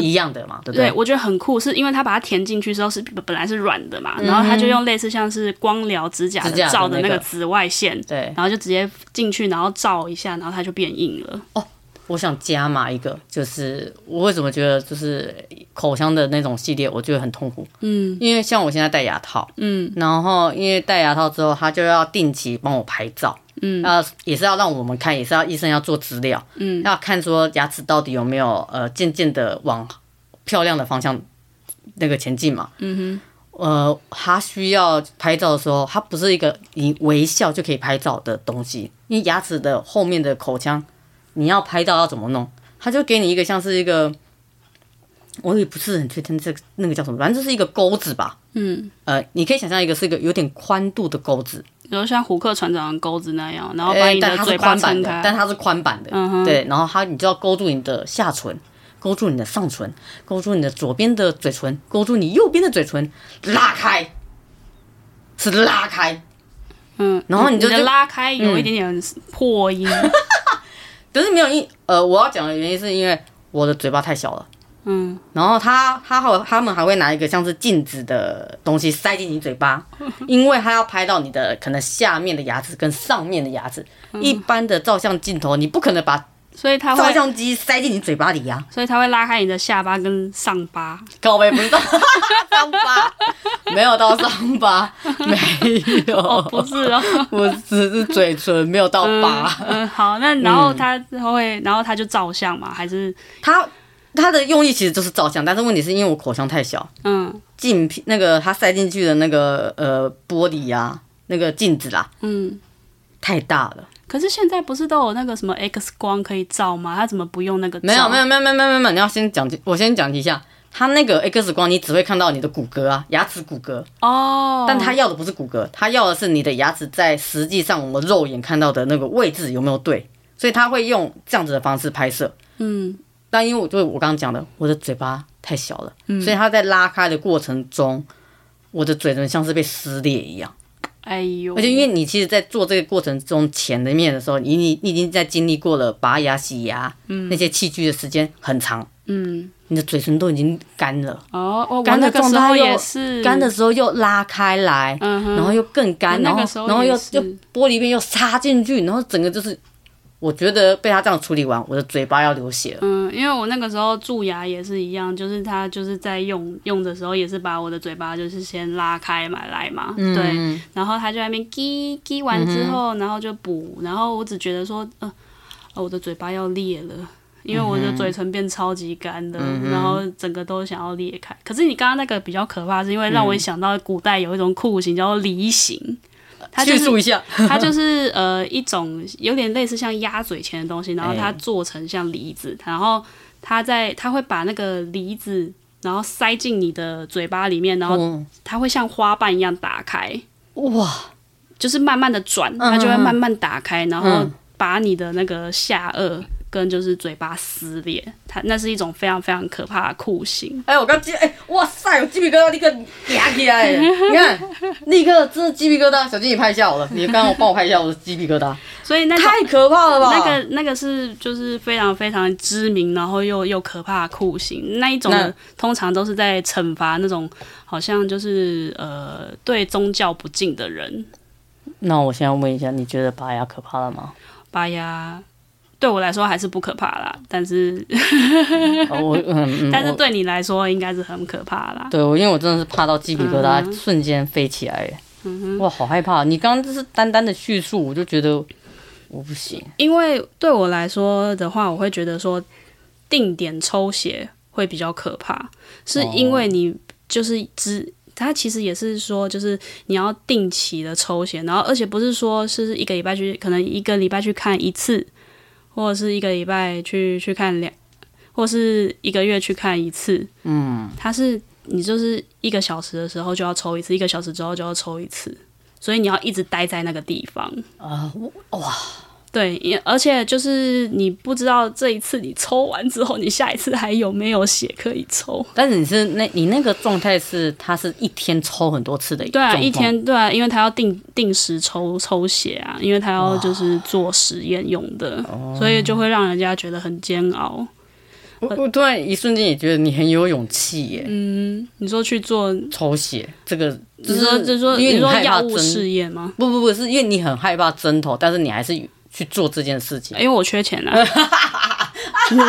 S1: 一样的嘛，对不
S2: 对，
S1: 对？
S2: 我觉得很酷，是因为它把它填进去之后是本来是软的嘛，然后它就用类似像是光疗指甲
S1: 指甲
S2: 的
S1: 的
S2: 照的
S1: 那
S2: 那
S1: 个
S2: 个紫外线，
S1: 对，
S2: 然后就直接进去，然后照一下，然后它就变硬了。
S1: 我想加码一个，就是我为什么觉得就是口腔的那种系列，我觉得很痛苦，
S2: 嗯
S1: 因为像我现在戴牙套，
S2: 嗯
S1: 然后因为戴牙套之后，他就要定期帮我拍照，
S2: 嗯，
S1: 呃，也是要让我们看，也是要医生要做资料，
S2: 嗯，
S1: 要看说牙齿到底有没有呃渐渐的往漂亮的方向那个前进嘛，
S2: 嗯
S1: 呃，他需要拍照的时候，它不是一个你微笑就可以拍照的东西，因为牙齿的后面的口腔，你要拍照要怎么弄？他就给你一个像是一个，我也不是很确定这个那个叫什么，反正就是一个钩子吧。
S2: 哼嗯，
S1: 呃，你可以想象一个是一个有点宽度的钩子，
S2: 比如像虎克船长的钩子那样，然后哦把
S1: 哎，
S2: 你
S1: 但
S2: 的
S1: 它是
S2: 嘴巴
S1: 宽
S2: 撑
S1: 版的，
S2: 开，
S1: 但它是宽版的，
S2: 嗯哼
S1: 对，然后它你就要勾住你的下唇，勾住你的上唇，勾住你的左边的嘴唇，勾住你右边的嘴唇，拉开，是拉开，
S2: 嗯，
S1: 然后你就嗯
S2: 的拉开有一点点破音，
S1: 可是没有因呃，我要讲的原因是因为我的嘴巴太小了，
S2: 嗯，
S1: 然后他他还有他们还会拿一个像是镜子的东西塞进你嘴 巴，因为他要拍到你的可能下面的牙齿跟上面的牙齿，
S2: 嗯
S1: 一般的照相镜头你不可能把
S2: 所以它
S1: 照
S2: 会，
S1: 相机塞进你嘴巴里呀、
S2: 所以它会拉开你的下巴跟上巴，
S1: 告白不是伤疤， 没有到伤疤，没有，
S2: 不是 哦。
S1: 我只是嘴唇没有到疤。
S2: 嗯，好，那然后它会，然后它就照相嘛，还是
S1: 它它的用意其实就是照相，但是问题是因为我口腔太小，
S2: 嗯
S1: 镜片那个它塞进去的那个呃玻璃呀、那个镜子啦
S2: 嗯。
S1: 太大了。
S2: 可是现在不是都有那个什么 X 光可以照吗？它怎么不用那个照？
S1: 没有没有没有没有没有没有，你要先讲，我先讲一下。它那个 X 光，你只会看到你的骨骼啊，牙齿骨骼，
S2: 哦，
S1: 但它要的不是骨骼，它要的是你的牙齿在实际上我们肉眼看到的那个位置有没有对，所以它会用这样子的方式拍摄。
S2: 嗯
S1: 但因为我就我刚刚讲的，我的嘴巴太小了，所以它在拉开的过程中，我的嘴唇像是被撕裂一样。
S2: 哎呦，
S1: 而且因为你其实，在做这个过程中前的面的时候，你你你已经在经历过了拔牙、洗牙、那些器具的时间很长，
S2: 嗯
S1: 你的嘴唇都已经干了，
S2: 哦，我我
S1: 干
S2: 那
S1: 的
S2: 个
S1: 状
S2: 时
S1: 态
S2: 候
S1: 又
S2: 也是
S1: 干的，时候又拉开来，
S2: 嗯哼
S1: 然后又更干，
S2: 那
S1: 然
S2: 个
S1: 后
S2: 时候
S1: 然后
S2: 也
S1: 又
S2: 是
S1: 又玻璃片又插进去，然后整个就是，我觉得被他这样处理完，我的嘴巴要流血了。
S2: 嗯，因为我那个时候蛀牙也是一样，就是它就是在用用的时候也是把我的嘴巴就是先拉开嘛来嘛，
S1: 嗯
S2: 对，然后它就在那边滴滴完之后，然后就补，然后我只觉得说，呃，哦我的嘴巴要裂了。因为我的嘴唇变超级干的，
S1: 嗯
S2: 然后整个都想要裂开。可是你刚刚那个比较可怕，是因为让
S1: 嗯
S2: 我想到古代有一种酷刑叫做梨形，它就
S1: 叙
S2: 是
S1: 述一下，
S2: 它就是呃一种有点类似像鸭嘴钳的东西，然后它做成像梨子，然后它在它会把那个梨子然后塞进你的嘴巴里面，然后
S1: 嗯，
S2: 它会像花瓣一样打开，
S1: 哇，
S2: 就是慢慢的转，它就会慢慢打开，然后把你的那个下颚跟就是嘴巴撕裂，它那是一种非常非常可怕的酷刑。
S1: 哎、我刚鸡，哎、哇塞，我鸡皮疙瘩立刻压起来 了，你看，立刻真的鸡皮疙瘩，小金你拍一下好了，你刚刚我帮我拍一下我的鸡皮疙瘩，
S2: 所以那种
S3: 太可怕了吧？
S2: 那个那个是就是非常非常知名，然后又又可怕的酷刑那一种的
S1: 那，
S2: 通常都是在惩罚那种好像就是呃对宗教不敬的人。
S1: 那我现在问一下，你觉得拔牙可怕了 吗？
S2: 拔牙对我来说还是不可怕啦，但是
S1: 哦我嗯嗯，
S2: 但是
S1: 我
S2: 对你来说应该是很可怕啦。
S1: 对我，因为我真的是怕到鸡皮疙瘩、
S2: 嗯
S1: 瞬间飞起来耶，哇，好害怕！你刚刚就是单单的叙述，我就觉得我不行。
S2: 因为对我来说的话，我会觉得说定点抽血会比较可怕，是因为你就是只。它其实也是说，就是你要定期的抽血，然后而且不是说是一个礼拜去，可能一个礼拜去看一次，或者是一个礼拜去去看两，或是一个月去看一次。嗯，它是你就是一个小时的时候就要抽一次，一个小时之后就要抽一次，所以你要一直待在那个地方。对，也而且就是你不知道这一次你抽完之后，你下一次还有没有血可以抽？
S1: 但是你是那，你那个状态是，它是一天抽很多次的
S2: 对啊，
S1: 状况
S2: 一天对啊，因为他要定定时抽抽血啊，因为他要就是做实验用的，
S1: 哦
S2: 所以就会让人家觉得很煎熬。
S1: 我我突然一瞬间也觉得你很有勇气耶，
S2: 你说去做，你
S1: 抽血这个，就
S2: 说
S1: 是
S2: 就是说
S1: 因为
S2: 你
S1: 你
S2: 说
S1: 害
S2: 药
S1: 怕
S2: 物试
S1: 针，
S2: 验吗？
S1: 不不不，是因为你很害怕针头，但是你还是去做这件事情
S2: 因。为我缺钱 啊。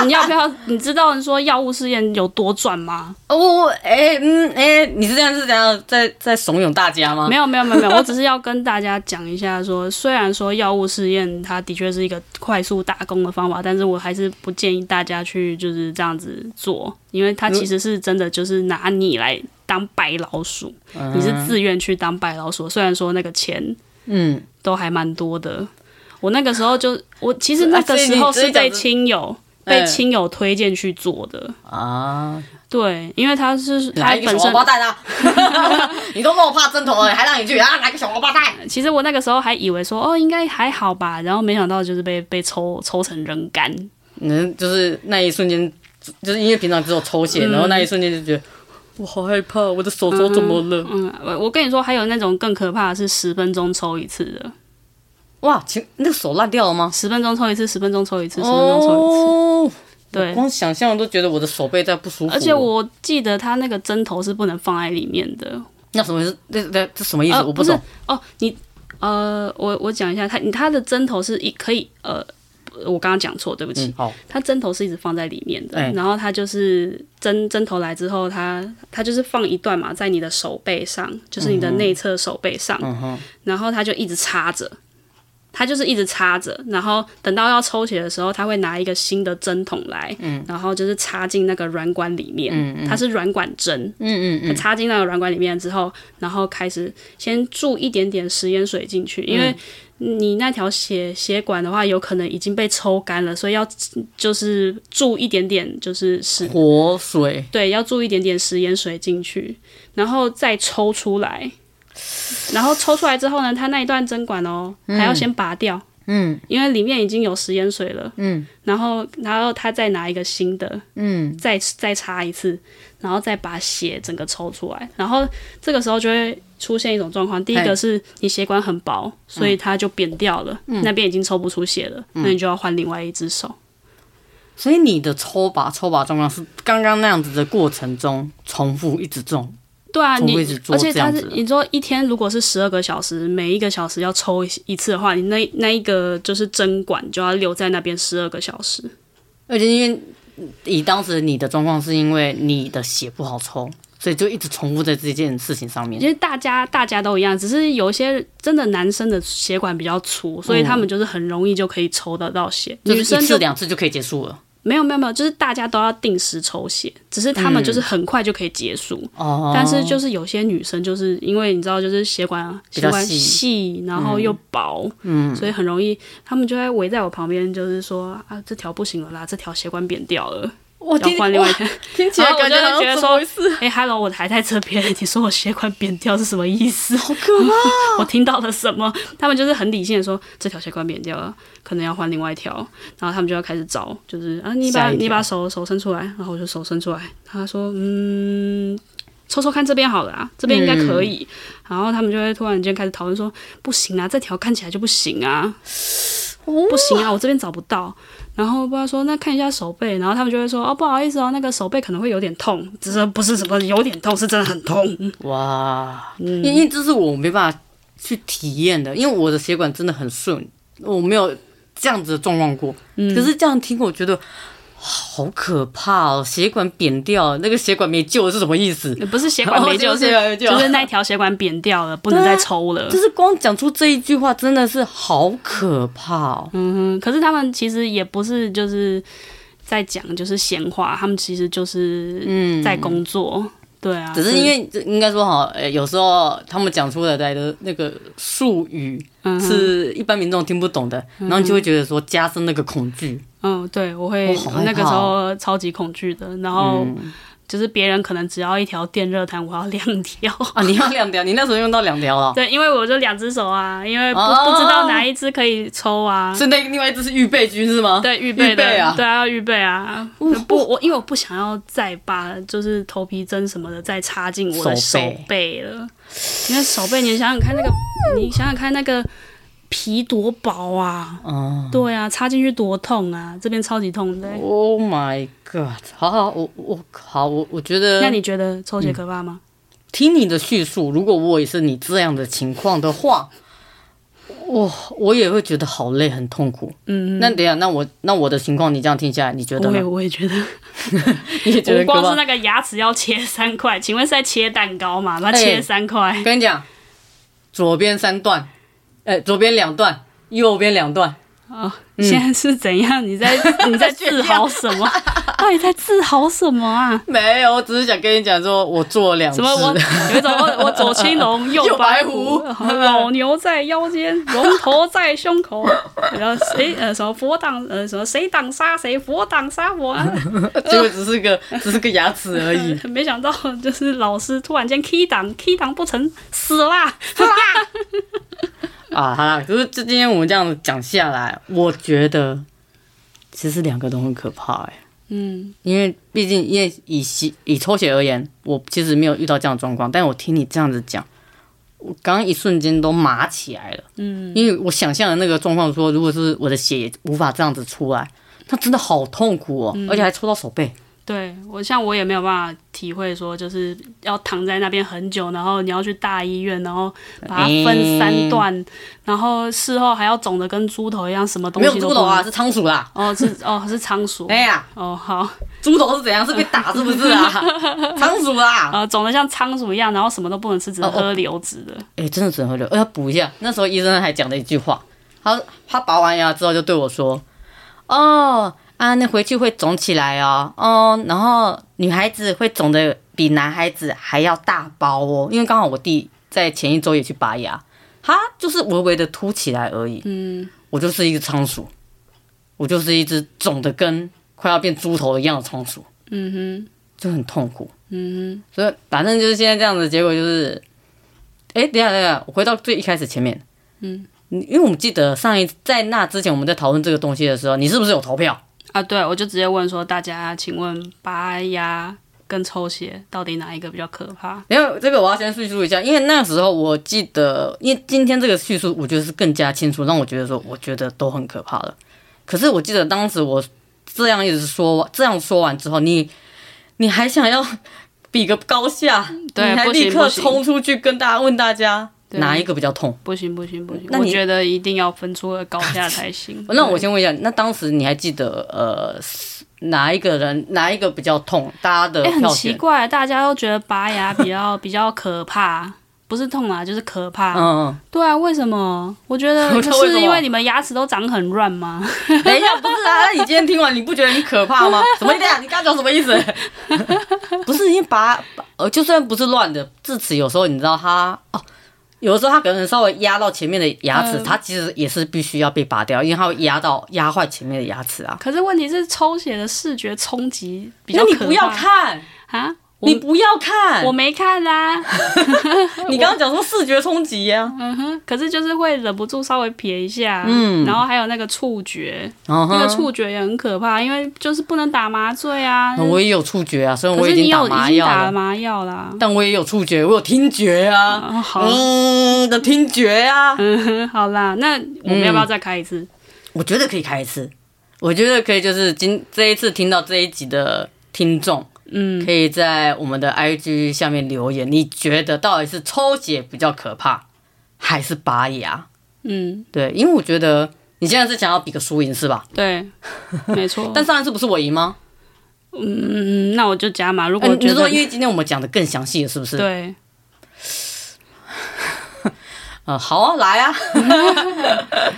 S2: 你要不要？你知道说药物试验有多赚吗？
S1: 哦，我哎嗯哎，你是这样是这样在在怂恿大家 吗？
S2: 没有没有没有没有，我只是要跟大家讲一下说， 虽然说药物试验它的确是一个快速打工的方法，但是我还是不建议大家去就是这样子做，因为它
S1: 嗯
S2: 其实是真的就是拿你来当白老鼠，你是自愿去当白老鼠，虽然说那个钱
S1: 嗯，
S2: 都还蛮多的。我那个时候就我其实那
S1: 啊
S2: 个时候是被亲友
S1: 嗯
S2: 被亲友推荐去做的，
S1: 啊，
S2: 对，因为他是他
S1: 来一个
S2: 本
S1: 小
S2: 身
S1: 王八蛋啊！ 你都跟我怕针头了，还让你去啊？来个小王八蛋！
S2: 其实我那个时候还以为说哦应该还好吧，然后没想到就是被被抽抽成人干，
S1: 嗯，就是那一瞬间，就是因为平常只有抽血，然后那一瞬间就觉得我好害怕，我的手肘怎么了？
S2: 嗯，我我跟你说，还有那种更可怕的是十分钟抽一次的，
S1: 哇，请那个手烂掉了吗？
S2: 十分钟抽一次，十分钟抽一次，十分钟抽一次，
S1: 哦
S2: 对。
S1: 光想象都觉得我的手背在不舒服。
S2: 而且我记得他那个针头是不能放在里面的，
S1: 那什么是那那这什么意思？
S2: 呃，
S1: 我
S2: 不
S1: 不
S2: 是
S1: 懂。
S2: 哦，你呃，我我讲一下，他他的针头是一可以呃，我刚刚讲错，对不起
S1: 嗯，，好，
S2: 它针头是一直放在里面的，
S1: 哎
S2: 然后它就是针针头来之后，它它就是放一段嘛，在你的手背上，就是你的内侧手背上，然后它就一直插着，它就是一直插着，然后等到要抽血的时候，它会拿一个新的针筒来，
S1: 嗯
S2: 然后就是插进那个软管里面，它是软管针，
S1: 嗯嗯嗯，
S2: 插进那个软管里面之后，然后开始先注一点点食盐水进去，
S1: 嗯
S2: 因为你那条血血管的话，有可能已经被抽干了，所以要就是注一点点，就是食
S1: 活水
S2: 对，要注一点点食盐水进去，然后再抽出来，然后抽出来之后呢，它那一段针管哦，还要先拔掉，嗯，因为里面已经有食盐水了，嗯，然后然后他再拿一个新的，嗯，再再插一次，然后再把血整个抽出来，然后这个时候就会出现一种状况，第一
S1: 嘿
S2: 个是你血管很薄，所以它就扁掉了，那边已经抽不出血了，那你就要换另外一只手。
S1: 所以你的抽拔抽拔状况是刚刚那样子的过程中重复一直中，
S2: 对啊，
S1: 从
S2: 你
S1: 位置做
S2: 而且
S1: 这样
S2: 它是
S1: 子的
S2: 你说一天如果是十二个小时，每一个小时要抽一一次的话，你那那一个就是针管就要留在那边十二个小时。
S1: 而且因为以当时你的状况是因为你的血不好抽，所以就一直重复在这件事情上面
S2: 其。实大家大家都一样，只是有一些真的男生的血管比较粗，所以他们就是很容易就可以抽得到血。
S1: 嗯就是
S2: 女
S1: 一
S2: 生
S1: 次
S2: 就
S1: 两次就可以结束了
S2: 没有没有没有，就是大家都要定时抽血，只是他
S1: 嗯
S2: 们就是很快就可以结束。
S1: 哦，
S2: 但是就是有些女生，就是因为你知道，就是血管
S1: 比
S2: 血
S1: 较
S2: 管
S1: 细
S2: 细，然后又薄，嗯，所以很容易，她们就会围在我旁边，就是说啊，这条不行了啦，这条血管扁掉了，
S1: 我
S2: 要换另外一 条。
S1: 听
S2: 起来感觉好像怎么回
S1: 事？
S2: 哎、h e l l o 我还在这边，你说我血管扁掉是什么意思？好可怕！ 我听到了什么？他们就是很理性的说，这条血管扁掉了，可能要换另外一条。然后他们就要开始找，就是啊，你把
S1: 下一条
S2: 你把手手伸出来，然后我就手伸出来。他说，嗯，抽抽看这边好了啊，这边应该可以。然后他们就会突然间开始讨论说，不行啊，这条看起来就不行啊。不行啊，我这边找不到。然后不知道说那看一下手背，然后他们就会说哦不好意思哦，那个手背可能会有点痛，只是不是什么有点痛，是真的很痛。
S1: 哇，因因为这是我没办法去体验的，因为我的血管真的很顺，我没有这样子的状况过。可是这样听，我觉得好可怕哦，血管扁掉，那个血管没救是什么意思？
S2: 不是血管
S1: 哦
S2: 没救，
S1: 就是
S2: 是
S1: 血管没救
S2: 就是啊那条血管扁掉了，不能再抽了
S1: 就。是光讲出这一句话，真的是好可怕哦。
S2: 嗯哼，可是他们其实也不是就是在讲就是闲话，他们其实就是在工作。对啊，
S1: 只是因为应该说哈，呃，有时候他们讲出来的那个术语是一般民众听不懂的，然后你就会觉得说加深那个恐惧。
S2: 嗯，对，我会
S1: 我好害怕哦嗯
S2: 那个时候超级恐惧的，然后就是别人可能只要一条电热毯，我要两条。
S1: 啊，你要两条，你那时候用到两条 了，
S2: 对，因为我就两只手啊，因为不、
S1: 哦
S2: 不知道哪一只可以抽啊。
S1: 所以那另外一只是预备军是吗？
S2: 对，预备
S1: 预
S2: 的，
S1: 备啊
S2: 对啊，要预备啊！不，我因为我不想要再把就是头皮针什么的再插进我的
S1: 手
S2: 手
S1: 背
S2: 背了，因为手背，你想想看那个，你想想看那个皮多薄啊！
S1: 啊
S2: 对啊，插进去多痛啊，这边超级痛的欸、
S1: ，Oh my god！好好，我我好，我我觉得，
S2: 那你觉得抽血可怕吗？
S1: 听你的叙述，如果我也是你这样的情况的话，我我也会觉得好累，很痛苦。
S2: 嗯，
S1: 那等一下，那我那我的情况，你这样听下来，你觉得
S2: 我也
S1: 呢？
S2: 我也 觉得，
S1: 你也觉
S2: 我
S1: 得可
S2: 光
S1: 怕
S2: 是？那个牙齿要切三块，请问是在切蛋糕吗？那切三块，
S1: 跟你讲，左边三段，哎、左边两段，右边两段，
S2: 哦，现在是怎样？ 你在你在自豪什 么？到底在自豪什么啊？
S1: 没有，我只是想跟你讲说，我做了两次
S2: 什么我有一种我我左青龙 右
S1: 右
S2: 白
S1: 白
S2: 虎
S1: 虎，
S2: 老牛在腰间，龙头在胸口， 然后谁呃什么佛挡呃什么谁挡杀谁，佛挡杀我啊！
S1: 结果只是个只是个牙齿而已。
S2: 没想到就是老师突然间 key 挡 key 挡不成死啦！
S1: 啊，好啦，可是这今天我们这样讲下来，我觉得其实两个都很可怕哎、
S2: 嗯，
S1: 因为毕竟因为以吸以抽血而言，我其实没有遇到这样的状况，但我听你这样子讲，我刚刚一瞬间都麻起来了，嗯，因为我想象的那个状况说，如果是我的血也无法这样子出来，那真的好痛苦哦，而且还抽到手背，
S2: 对我像我也没有办法体会说，就是要躺在那边很久，然后你要去大医院，然后把它分三段，然后事后还要肿的跟猪头一样，什么东
S1: 没有
S2: 西都
S1: 猪
S2: 不
S1: 头啊，是仓鼠啦，
S2: 哦，是哦，是仓鼠。
S1: 哎呀，
S2: 哦，好，
S1: 猪头是怎样？是被打是不是啊？仓鼠啦，
S2: 呃，肿的像仓鼠一样，然后什么都不能吃，只能
S1: 哦哦
S2: 喝流质的。
S1: 哎、真的只能喝流。我要补一下，那时候医生还讲了一句话，他他拔完牙之后就对我说：“哦啊，那回去会肿起来哦，哦，然后女孩子会肿的比男孩子还要大包哦，因为刚好我弟在前一周也去拔牙，他就是微微的凸起来而已。
S2: 嗯，
S1: 我就是一个仓鼠，我就是一只肿的跟快要变猪头一样的仓鼠，
S2: 嗯
S1: 就很痛苦。
S2: 哼，嗯
S1: 所以反正就是现在这样子，结果就是，哎、等一下等一下，我回到最一开始前面，
S2: 嗯
S1: 你，因为我们记得上一在那之前我们在讨论这个东西的时候，你是不是有投票？
S2: 哼，啊，对，我就直接问说，大家请问拔牙跟抽血到底哪一个比较可怕？
S1: 因为这个我要先叙述一下，因为那时候我记得，因为今天这个叙述我觉得是更加清楚，让我觉得说，我觉得都很可怕了。可是我记得当时我这样一直说，这样说完之后，你你还想要比个高下，
S2: 对
S1: 你还
S2: 不行
S1: 立刻
S2: 不行
S1: 冲出去跟大家问大家
S2: 对
S1: 哪一个比较痛？
S2: 不行不行不行，
S1: 那
S2: 我
S1: 你。
S2: 觉得一定要分出个高下才行
S1: 那我先问一下，那当时你还记得呃哪一个人哪一个比较痛？大家的
S2: 哎、很
S1: 票
S2: 奇
S1: 选？
S2: 怪，大家都觉得拔牙比较 比较可怕，不是痛啊，就是可怕。
S1: 嗯，
S2: 对啊，为什么？我觉
S1: 我
S2: 得
S1: 知道为什
S2: 是
S1: 么
S2: 因为你们牙齿都长很乱吗？
S1: 嗯等一下，不是啊？那你今天听完，你不觉得很可怕吗？什么意思啊？你刚刚讲什么意 思？不是，因为拔呃，就算不是乱的，智齿有时候你知道它哦，有的时候它可能稍微压到前面的牙
S2: 嗯
S1: 齿，它其实也是必须要被拔掉，因为它会压到压坏前面的牙齿啊。
S2: 可是问题是抽血的视觉冲击比较
S1: 那
S2: 可
S1: 你
S2: 怕。
S1: 不要看，
S2: 啊！我
S1: 你不要看
S2: 我，没看啦、
S1: 你刚刚讲说视觉冲击呀。
S2: 嗯哼，可是就是会忍不住稍微瞥一下，嗯，然后还有那个触觉，
S1: 那
S2: 那个触觉也很可怕，因为就是不能打麻醉啊。
S1: 嗯我也有触觉啊，虽然
S2: 可
S1: 我
S2: 是
S1: 已
S2: 你
S1: 经
S2: 有
S1: 打
S2: 已
S1: 麻
S2: 经
S1: 药
S2: 打
S1: 了，
S2: 麻药啦，
S1: 但我也有触觉，我有听觉啊，
S2: 啊好，
S1: 嗯的听觉啊，
S2: 嗯哼，好啦，那我们要不要再开一次？
S1: 我觉得可以开一次，我觉得可以，就是今这一次听到这一集的听众，嗯，可以在我们的 IG 下面留言，你觉得到底是抽血比较可怕，还是拔牙？
S2: 嗯，
S1: 对，因为我觉得你现在是想要比个输赢是吧？
S2: 对，没错。
S1: 但上一次不是我赢吗？
S2: 嗯，那我就加嘛。如
S1: 呃
S2: 果
S1: 你
S2: 觉
S1: 是说
S2: 得
S1: 因为今天我们讲的更详细了，是不是？
S2: 对，
S1: 呃，好啊，来啊，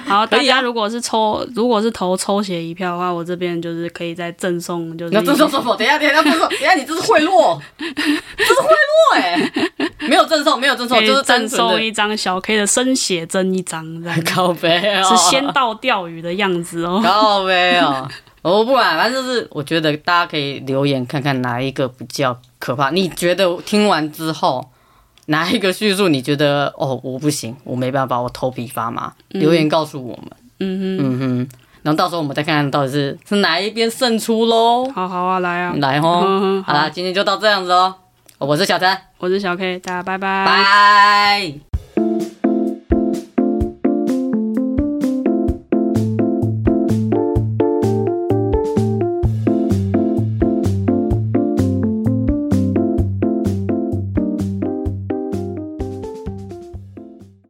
S2: 好，大家如果是抽，如果是投抽血一票的话，我这边就是可以再赠送，就是
S1: 那赠送什么？等一下，等一下，赠送，等一下，你这是贿赂，这是贿赂哎、没有赠送，没有赠
S2: 可
S1: 送，
S2: 以
S1: 就是单
S2: 赠
S1: 纯
S2: 送
S1: 的
S2: 一张小 K 的生写真一张， 这样
S1: 靠背哦，
S2: 是仙道钓鱼的样子哦。
S1: 靠背哦。我不管，反正就是我觉得大家可以留言看看哪一个比较可怕。你觉得听完之后哪一个叙述你觉得哦我不行，我没办法，我头皮发麻？留言告诉我们，
S2: 嗯
S1: 嗯哼，然后到时候我们再看看到底是是哪一边胜出喽
S2: 哼，。好好啊，来啊，
S1: 来吼，
S2: 嗯
S1: 哦好啦，今天就到这样子哦。我是小陈，
S2: 我是小 K，大家拜
S1: 拜。